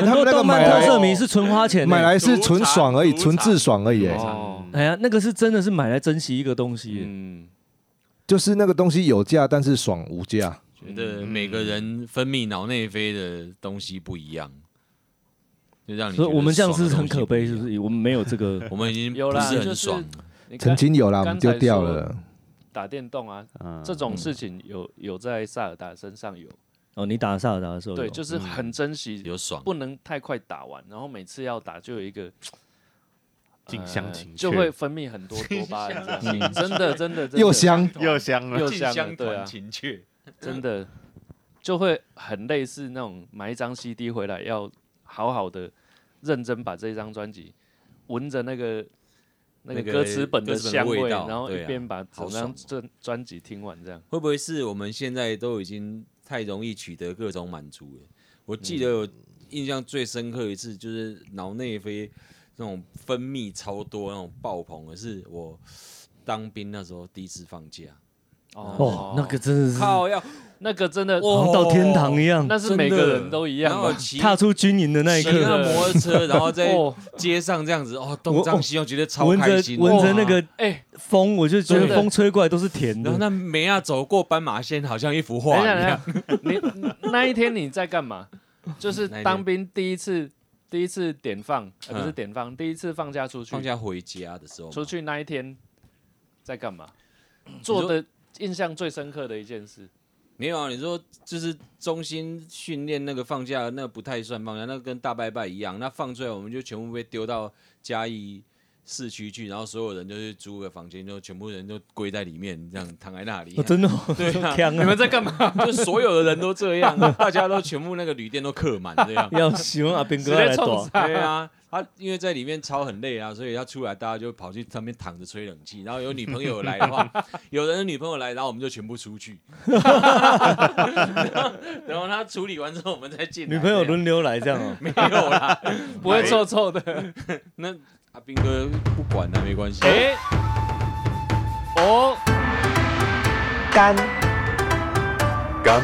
Speaker 5: 哎他们那
Speaker 3: 多
Speaker 5: 个
Speaker 3: 动漫
Speaker 5: 买
Speaker 3: 特
Speaker 5: 来
Speaker 3: 色迷是纯花钱、欸，
Speaker 5: 买来是纯爽而已，
Speaker 4: 毒茶
Speaker 5: 纯自爽而已、
Speaker 2: 哦
Speaker 5: 哎
Speaker 3: 哎呀，那个是真的是买来珍惜一个东西
Speaker 2: 专业
Speaker 3: 耶、
Speaker 2: 的，嗯，
Speaker 5: 就是那个东西有价，但是爽无价。
Speaker 1: 觉
Speaker 2: 嗯
Speaker 1: 得每个人分泌脑内啡的东西不一样，就让你
Speaker 3: 所以我们这样是
Speaker 1: 觉得
Speaker 3: 很
Speaker 1: 爽的东西
Speaker 3: 可悲，是不
Speaker 1: 一样？
Speaker 3: 是？我们没有这个，
Speaker 1: 我们已经
Speaker 2: 有
Speaker 1: 不
Speaker 2: 啦，
Speaker 1: 是
Speaker 2: 就
Speaker 1: 很
Speaker 2: 是
Speaker 1: 爽了，
Speaker 2: 你
Speaker 5: 曾
Speaker 2: 看
Speaker 5: 经有啦，我
Speaker 2: 刚
Speaker 5: 们
Speaker 2: 才
Speaker 5: 丢掉
Speaker 2: 说
Speaker 5: 了。
Speaker 2: 打电动啊，
Speaker 4: 嗯
Speaker 2: 这种事情有有在萨尔达身上有，
Speaker 3: 哦，你打萨尔达的时候有，
Speaker 2: 对，就是很珍惜，
Speaker 1: 有爽。
Speaker 2: 不能太快打完，然后每次要打就有一个呃
Speaker 4: 近乡情
Speaker 2: 就
Speaker 4: 怯
Speaker 2: 会分泌很多多巴胺这样，真的真的真的
Speaker 5: 又香，
Speaker 4: 又香了，
Speaker 2: 又香了，对啊，
Speaker 1: 情趣，
Speaker 2: 真的就会很类似那种买一张 CD 回来，要好好的认真把这张专辑闻着那个那个
Speaker 1: 那个
Speaker 2: 歌词本
Speaker 1: 歌
Speaker 2: 的
Speaker 1: 词本的
Speaker 2: 香
Speaker 1: 味
Speaker 2: 味，
Speaker 1: 道
Speaker 2: 然后
Speaker 1: 对
Speaker 2: 一
Speaker 1: 啊
Speaker 2: 边把
Speaker 1: 好
Speaker 2: 整张
Speaker 1: 爽哦
Speaker 2: 专专辑听完这样。
Speaker 1: 会不会是我们现在都已经太容易取得各种满足了？我记得我印象最深刻一次就是脑内啡那种分泌超多那种爆棚的，是我当兵那时候第一次放假，
Speaker 3: 哦，那个真的是好
Speaker 1: 靠哦要
Speaker 2: 那个真的，
Speaker 1: 哇
Speaker 3: 像到天堂一样，
Speaker 2: 那是每个人都一样
Speaker 1: 然后
Speaker 2: 啊。
Speaker 1: 骑
Speaker 3: 踏出军营的那一
Speaker 1: 骑那
Speaker 3: 刻，
Speaker 1: 个摩托车，然后在
Speaker 2: 哦，
Speaker 1: 街上这样子哦，东张西望，觉得超
Speaker 3: 闻
Speaker 1: 开
Speaker 3: 着
Speaker 1: 心。
Speaker 3: 闻着
Speaker 1: 哇
Speaker 3: 那个
Speaker 2: 哎，
Speaker 3: 风，我就觉得
Speaker 2: 对
Speaker 3: 风吹过来都是甜
Speaker 1: 然后那
Speaker 3: 的。
Speaker 1: 梅亚走过斑马线，好像一幅画
Speaker 2: 等
Speaker 1: 一
Speaker 2: 一下，等一
Speaker 1: 样
Speaker 2: 下。，你那一天你在干嘛？ 就是
Speaker 1: 哪一天
Speaker 2: 当兵第一次，第一次点放，呃、不是
Speaker 1: 嗯
Speaker 2: 点放，第一次放假出去，
Speaker 1: 放假回家的时候嘛，
Speaker 2: 出去那一天在干嘛？做的印象最深刻的一件事，
Speaker 1: 没有啊，你说就是中心训练那个放假，那不太算放假，那跟大拜拜一样。那放出来，我们就全部被丢到嘉义市区去，然后所有人就是租个房间，就全部人都归在里面，这样躺在那里。
Speaker 3: 哦 真的哦，
Speaker 1: 对啊，
Speaker 3: 呛啊。
Speaker 1: 你们在干嘛？就所有的人都这样啊，大家都全部那个旅店都客满这样
Speaker 3: 要形容阿兵哥
Speaker 2: 直接
Speaker 3: 来
Speaker 2: 冲
Speaker 3: 躲，
Speaker 1: 对啊，他因为在里面超很累啊，所以他出来大家就跑去上面躺着吹冷气，然后有女朋友来的话，有人的女朋友来，然后我们就全部出去，然后他处理完之后我们再进来。
Speaker 3: 女朋友
Speaker 1: 啊这样
Speaker 3: 轮流来这样哦。
Speaker 1: 没有啦，
Speaker 2: 不会臭臭的。
Speaker 1: 那阿斌哥不管了、没关系。
Speaker 2: 哎，哦，
Speaker 6: 干
Speaker 4: 干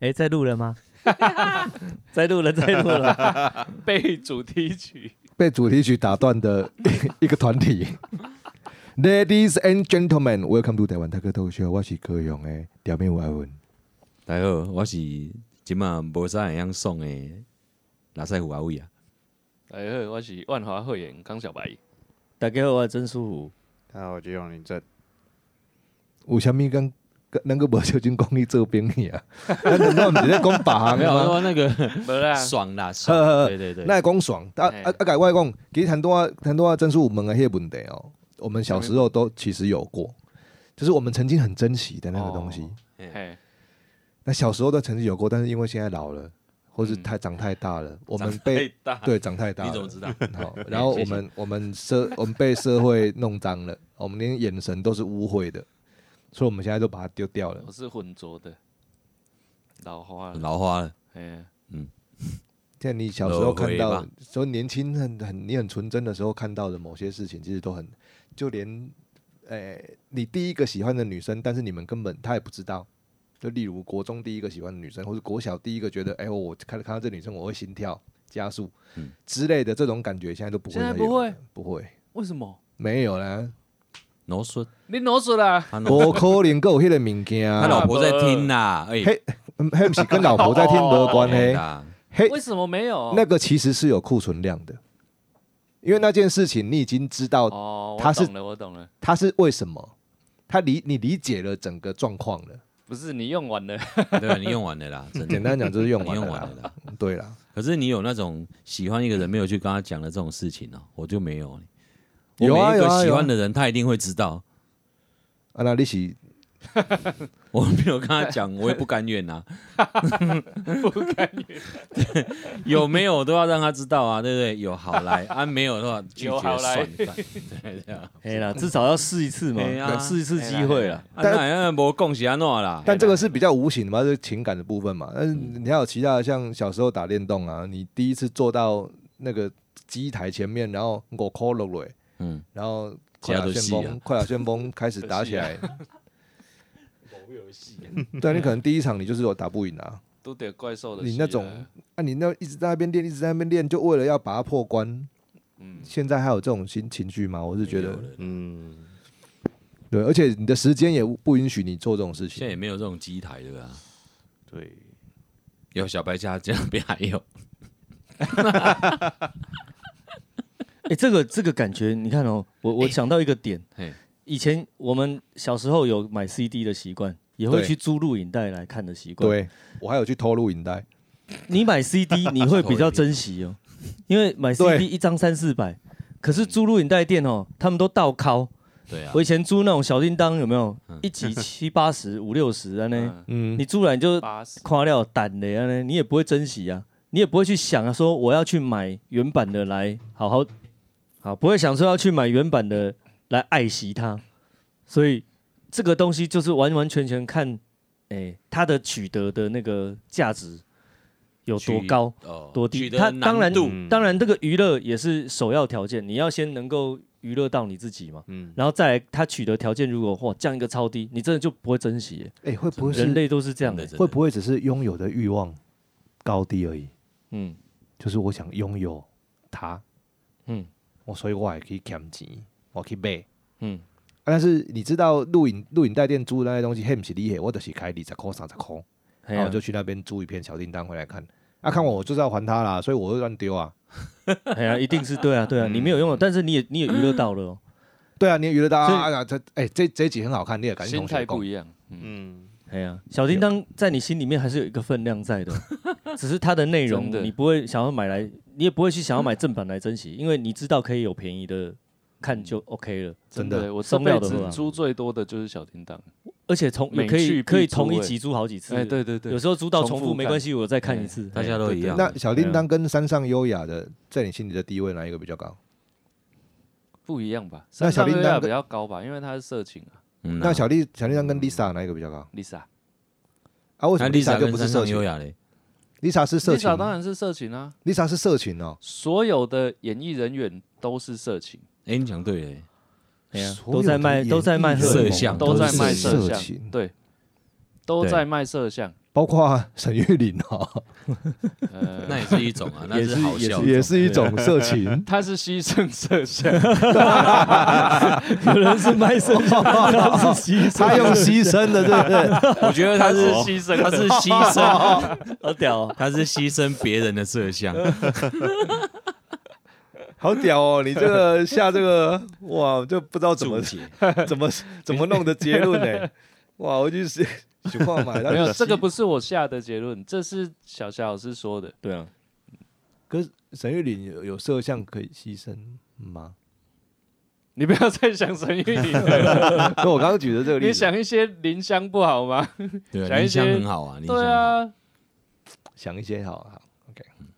Speaker 3: 哎，在录了吗？ 在录了，在 录了。
Speaker 2: 被主题曲
Speaker 5: 被主题曲打 断的一个团体。Ladies and gentlemen, welcome to 台湾大哥脱口秀，我是高勇的表面有爱文。
Speaker 1: 大家好，我是今嘛无啥会样送的拉塞胡阿伟啊，
Speaker 2: 哎好，我是万华慧眼康小白。
Speaker 3: 大家好，我是曾舒服。
Speaker 4: 那我就用你这
Speaker 5: 有啥物跟咱个无小心讲你做兵去 啊？咱难道毋是咧讲别行
Speaker 1: 没有
Speaker 5: 的
Speaker 1: 我说
Speaker 5: 吗？
Speaker 1: 那个
Speaker 2: 没 啦，
Speaker 1: 爽啦，爽，
Speaker 5: 呵
Speaker 1: 对对对。
Speaker 5: 那讲爽，啊
Speaker 2: 嘿
Speaker 5: 啊啊！改我讲，其实很多啊很多真是我们的迄个问题哦，我们小时候都其实有过，就是我们曾经很珍惜的那个东西
Speaker 2: 哦，嘿，
Speaker 5: 那小时候都曾经有过，但是因为现在老了，或是
Speaker 2: 嗯
Speaker 5: 太长太大了，我们
Speaker 1: 长
Speaker 5: 被
Speaker 1: 太大，
Speaker 5: 对长太大了，
Speaker 1: 你怎么知 道？
Speaker 5: 好，然后我们我们社 我们被社会弄脏了，我们连眼神都是污秽的，所以我们现在都把它丢掉了
Speaker 2: 我。是浑浊的，老花了。
Speaker 1: 老花了，
Speaker 2: 哎，
Speaker 5: 像你小时候看
Speaker 1: 轮
Speaker 5: 到
Speaker 1: 回吧，
Speaker 5: 说年轻很很你很纯真的时候看到的某些事情，其实都很，就连，诶、你第一个喜欢的女生，但是你们根本她也不知道。就例如国中第一个喜欢的女生，或者国小第一个觉得，哎、我看看到这女生我会心跳加速、
Speaker 1: 嗯
Speaker 5: 之类的这种感觉，现在都不会
Speaker 2: 现在
Speaker 5: 再有
Speaker 2: 不会
Speaker 5: 了，不会，
Speaker 2: 为什么？
Speaker 5: 没有啦，
Speaker 1: 脑损，
Speaker 2: 你挪出啦！
Speaker 1: 他脑
Speaker 5: 我可能够迄个物件啊。
Speaker 1: 他老婆在听呐，哎，
Speaker 5: 嘿嗯，还不是跟老婆在听没 关
Speaker 1: 对
Speaker 5: 系。
Speaker 1: 啦
Speaker 5: 嘿，
Speaker 2: 为什么没
Speaker 1: 哦
Speaker 2: 有？
Speaker 5: 那个其实是有库存量的，因为那件事情你已经知道
Speaker 2: 哦，我
Speaker 5: 他是
Speaker 2: 懂了，我懂了，
Speaker 5: 它是为什么，他理你理解了整个状况了。
Speaker 2: 不是你用完了，
Speaker 1: 对，你用完了啦，真的
Speaker 5: 简单讲就是用
Speaker 1: 你
Speaker 5: 完
Speaker 1: 用
Speaker 5: 了
Speaker 1: 完
Speaker 5: 啦嗯
Speaker 1: 了。啦。
Speaker 5: 对啦，
Speaker 1: 可是你有那种喜欢一个人没有去跟他讲的这种事情哦，我就没有。我
Speaker 5: 有啊
Speaker 1: 每一
Speaker 5: 有啊
Speaker 1: 个喜
Speaker 5: 有啊
Speaker 1: 欢的人，他一定会知道。
Speaker 5: 啊那你是
Speaker 1: 我没有跟他讲，我也不甘愿啊呐， 不甘愿。有没有都要让他知道啊，对不对？有好来啊，没有的话拒
Speaker 2: 有
Speaker 1: 绝
Speaker 2: 好
Speaker 1: 算
Speaker 2: 来
Speaker 1: 了。对对啊，
Speaker 3: 哎啦，至少要试一次嘛
Speaker 1: 哎呀，
Speaker 3: 试一次机会啦。
Speaker 1: 啊
Speaker 5: 但
Speaker 1: 那好像没共喜安诺啦。
Speaker 5: 但这个是比较无形的嘛，就是情感的部分嘛。但是
Speaker 1: 嗯
Speaker 5: 你还有其他的，像小时候打电动啊，你第一次坐到那个机台前面，然后我 call 了嘞，
Speaker 1: 嗯，
Speaker 5: 然后
Speaker 1: 其
Speaker 5: 快
Speaker 1: 他
Speaker 5: 打
Speaker 1: 都是
Speaker 5: 旋
Speaker 1: 戏啊
Speaker 5: 风，快打旋风开始打起来。
Speaker 1: 某游戏啊
Speaker 5: 对，啊你可能第一场你就是有打不赢啊，
Speaker 2: 都得怪兽的戏啊。
Speaker 5: 你那种啊，你那一直在那边练，一直在那边练，就为了要把它破关。
Speaker 2: 嗯
Speaker 5: 现在还有这种心情绪吗？我是觉得，
Speaker 4: 嗯，
Speaker 5: 对，而且你的时间也不允许你做这种事
Speaker 1: 现在
Speaker 5: 情。
Speaker 1: 也没有这种机台对吧？
Speaker 4: 对，
Speaker 1: 有小白家这样边还有，
Speaker 3: 哎，这个这个感觉，你看哦，我我想到一个点
Speaker 1: 嘿，
Speaker 3: 以前我们小时候有买 CD 的习惯，也会
Speaker 5: 对
Speaker 3: 去租录影带来看的习惯。
Speaker 5: 对，我还有去偷录影带，
Speaker 3: 你买 CD 你会比较珍惜哦，因为买 CD
Speaker 5: 对
Speaker 3: 一张三四百，可是租录影带店哦，他们都倒拷。
Speaker 1: 对啊
Speaker 3: 我，以前租那种小叮当有没有
Speaker 1: 嗯？
Speaker 3: 一集七八十、五六十安呢？
Speaker 2: 嗯，
Speaker 5: 嗯
Speaker 3: 你，租来你就
Speaker 2: 八十
Speaker 3: 夸料胆的啊，你也不会珍惜啊，你也不会去想啊，说我要去买原版的来好好好，不会想说要去买原版的来爱惜它，所以这个东西就是完完全全看，诶、它的取得的那个价值有多高。
Speaker 1: 哦
Speaker 3: 多低
Speaker 1: 取得
Speaker 3: 它
Speaker 1: 难
Speaker 3: 当然
Speaker 1: 度
Speaker 4: 嗯
Speaker 3: 当然，这个娱乐也是首要条件，你要先能够娱乐到你自己嘛，
Speaker 4: 嗯，
Speaker 3: 然后再来它取得条件如果哇降一个超低，你真的就不会珍惜耶、
Speaker 5: 哎，会不会
Speaker 3: 人
Speaker 5: 是
Speaker 3: 类都是这样
Speaker 1: 真的
Speaker 3: 的，
Speaker 1: 真的
Speaker 5: 会不会只是拥有的欲望高低而已？
Speaker 3: 嗯
Speaker 5: 就是我想拥有它，
Speaker 3: 嗯
Speaker 5: 我所以我也可以捡钱，我可以买。
Speaker 3: 嗯，
Speaker 5: 啊但是你知道录影录影带店租的那些东西，嘿不是厉害，我就是开二十块、三十块，
Speaker 3: 哎
Speaker 1: 哦
Speaker 5: 然后
Speaker 3: 呀
Speaker 5: 我就去那边租一片小叮当回来看。啊，看我我就是要还他啦，所以我会乱丢啊。
Speaker 3: 哎呀，一定是对啊，对啊，你没有用，但是你也你也娱乐到了哦，
Speaker 5: 对啊，你也娱乐大家
Speaker 3: 所以
Speaker 5: 啊，这哎这这一集很好看，你也感谢
Speaker 2: 心
Speaker 5: 同学
Speaker 2: 态
Speaker 5: 共
Speaker 2: 不一样。
Speaker 4: 嗯，
Speaker 3: 哎呀，小叮当在你心里面还是有一个分量在的，哦只是它的内容
Speaker 2: 真的
Speaker 3: 你不会想要买来，你也不会去想要买正版来珍惜，因为你知道可以有便宜的看就 OK 了，
Speaker 2: 真
Speaker 5: 真
Speaker 2: 的，我这
Speaker 3: 松料
Speaker 2: 辈
Speaker 3: 的
Speaker 2: 子
Speaker 3: 话
Speaker 2: 租最多的就是小叮当。
Speaker 3: 而且同
Speaker 2: 每
Speaker 3: 可以
Speaker 2: 去必
Speaker 3: 可以
Speaker 2: 租
Speaker 3: 同一
Speaker 2: 欸
Speaker 3: 集租好几次，
Speaker 2: 哎，对对对
Speaker 3: 有，时候租到重
Speaker 2: 重
Speaker 3: 复
Speaker 2: 复
Speaker 3: 没
Speaker 2: 看
Speaker 3: 关系，我再看一次，
Speaker 1: 哎大家都一样。
Speaker 5: 那小叮
Speaker 3: 对
Speaker 5: 当跟山上优雅的，在你心里的地位哪一个比较高？
Speaker 2: 不一样吧？
Speaker 5: 那小叮
Speaker 2: 山上
Speaker 5: 当
Speaker 2: 月亮比
Speaker 5: 跟
Speaker 2: 较高吧，因为他是色情啊
Speaker 1: 嗯啊
Speaker 5: 那小丽小叮当跟 Lisa 哪一个比较高？
Speaker 2: ，Lisa。
Speaker 5: 啊，为什
Speaker 1: 那
Speaker 5: 么
Speaker 1: Lisa
Speaker 5: 就
Speaker 1: 跟
Speaker 5: 不是
Speaker 1: 山
Speaker 5: 色
Speaker 1: 上
Speaker 5: 情
Speaker 1: 优雅嘞？
Speaker 5: ？Lisa 是色情
Speaker 2: Lisa 当然是色情啊，
Speaker 5: ，Lisa 是色情哦。
Speaker 2: 所有的演艺人员都是色情，
Speaker 1: 哎，你讲对啊嘞，
Speaker 3: 哎呀
Speaker 5: 所有
Speaker 3: 都在
Speaker 5: 的
Speaker 3: 卖
Speaker 5: 演
Speaker 3: 都在
Speaker 5: 艺
Speaker 3: 卖
Speaker 5: 人
Speaker 3: 荷尔
Speaker 1: 摄
Speaker 3: 蒙
Speaker 1: 像
Speaker 2: 都在
Speaker 1: 是
Speaker 2: 卖
Speaker 1: 色
Speaker 2: 色
Speaker 5: 情
Speaker 2: 相，对，都
Speaker 1: 对
Speaker 2: 在卖色相。
Speaker 5: 包括沈玉琳哦，
Speaker 2: 呃，。
Speaker 1: 那也是一种啊， 那
Speaker 3: 也是
Speaker 1: 好笑的，啊
Speaker 5: 也是一种色情
Speaker 2: 他是牺牲色相，
Speaker 3: 有人是 卖身，他是牺牲，
Speaker 5: 他用牺牲的，对 不对？
Speaker 1: 我觉得他是牺牲，他是牺牲，
Speaker 3: 好屌哦，
Speaker 1: 他是牺牲别人的色相。
Speaker 5: 好屌哦！你这个下这个，哇，就不知道怎么
Speaker 1: 注解
Speaker 5: 怎么怎么弄的结论呢？哇，我就是情 况嘛，
Speaker 2: 没有这个不是我下的结论，这是小霞老师说的。
Speaker 3: 对啊，
Speaker 5: 沈玉琳有有色相可以牺牲吗？
Speaker 2: 你不要再想沈玉琳了，
Speaker 5: 那我刚刚举的这个例
Speaker 2: 你
Speaker 5: 子，
Speaker 2: 想一些林香不好吗？
Speaker 1: 对啊，
Speaker 2: 想一
Speaker 1: 林香
Speaker 2: 些
Speaker 1: 很好啊，林香
Speaker 2: 对
Speaker 1: 很好，
Speaker 2: 啊，
Speaker 5: 想一些好好，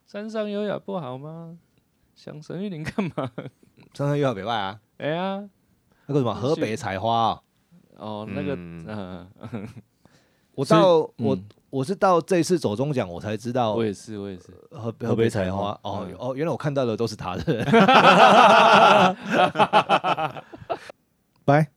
Speaker 2: 山上优雅不好吗？想沈玉琳干嘛？
Speaker 5: 山上又好北外啊，
Speaker 2: 哎呀，
Speaker 5: 那个什么河北采花啊，
Speaker 2: 哦，那个，
Speaker 4: 嗯
Speaker 2: 嗯，
Speaker 5: 我
Speaker 3: 所以
Speaker 5: 到我
Speaker 3: 嗯
Speaker 5: 我是到这一次走中奖我才知道
Speaker 2: 我也是，我也是，
Speaker 5: 河
Speaker 3: 河
Speaker 5: 河
Speaker 3: 北
Speaker 5: 北
Speaker 3: 采
Speaker 5: 采
Speaker 3: 花嗯
Speaker 5: 花哦哦，原来我 看到的都是他的。拜。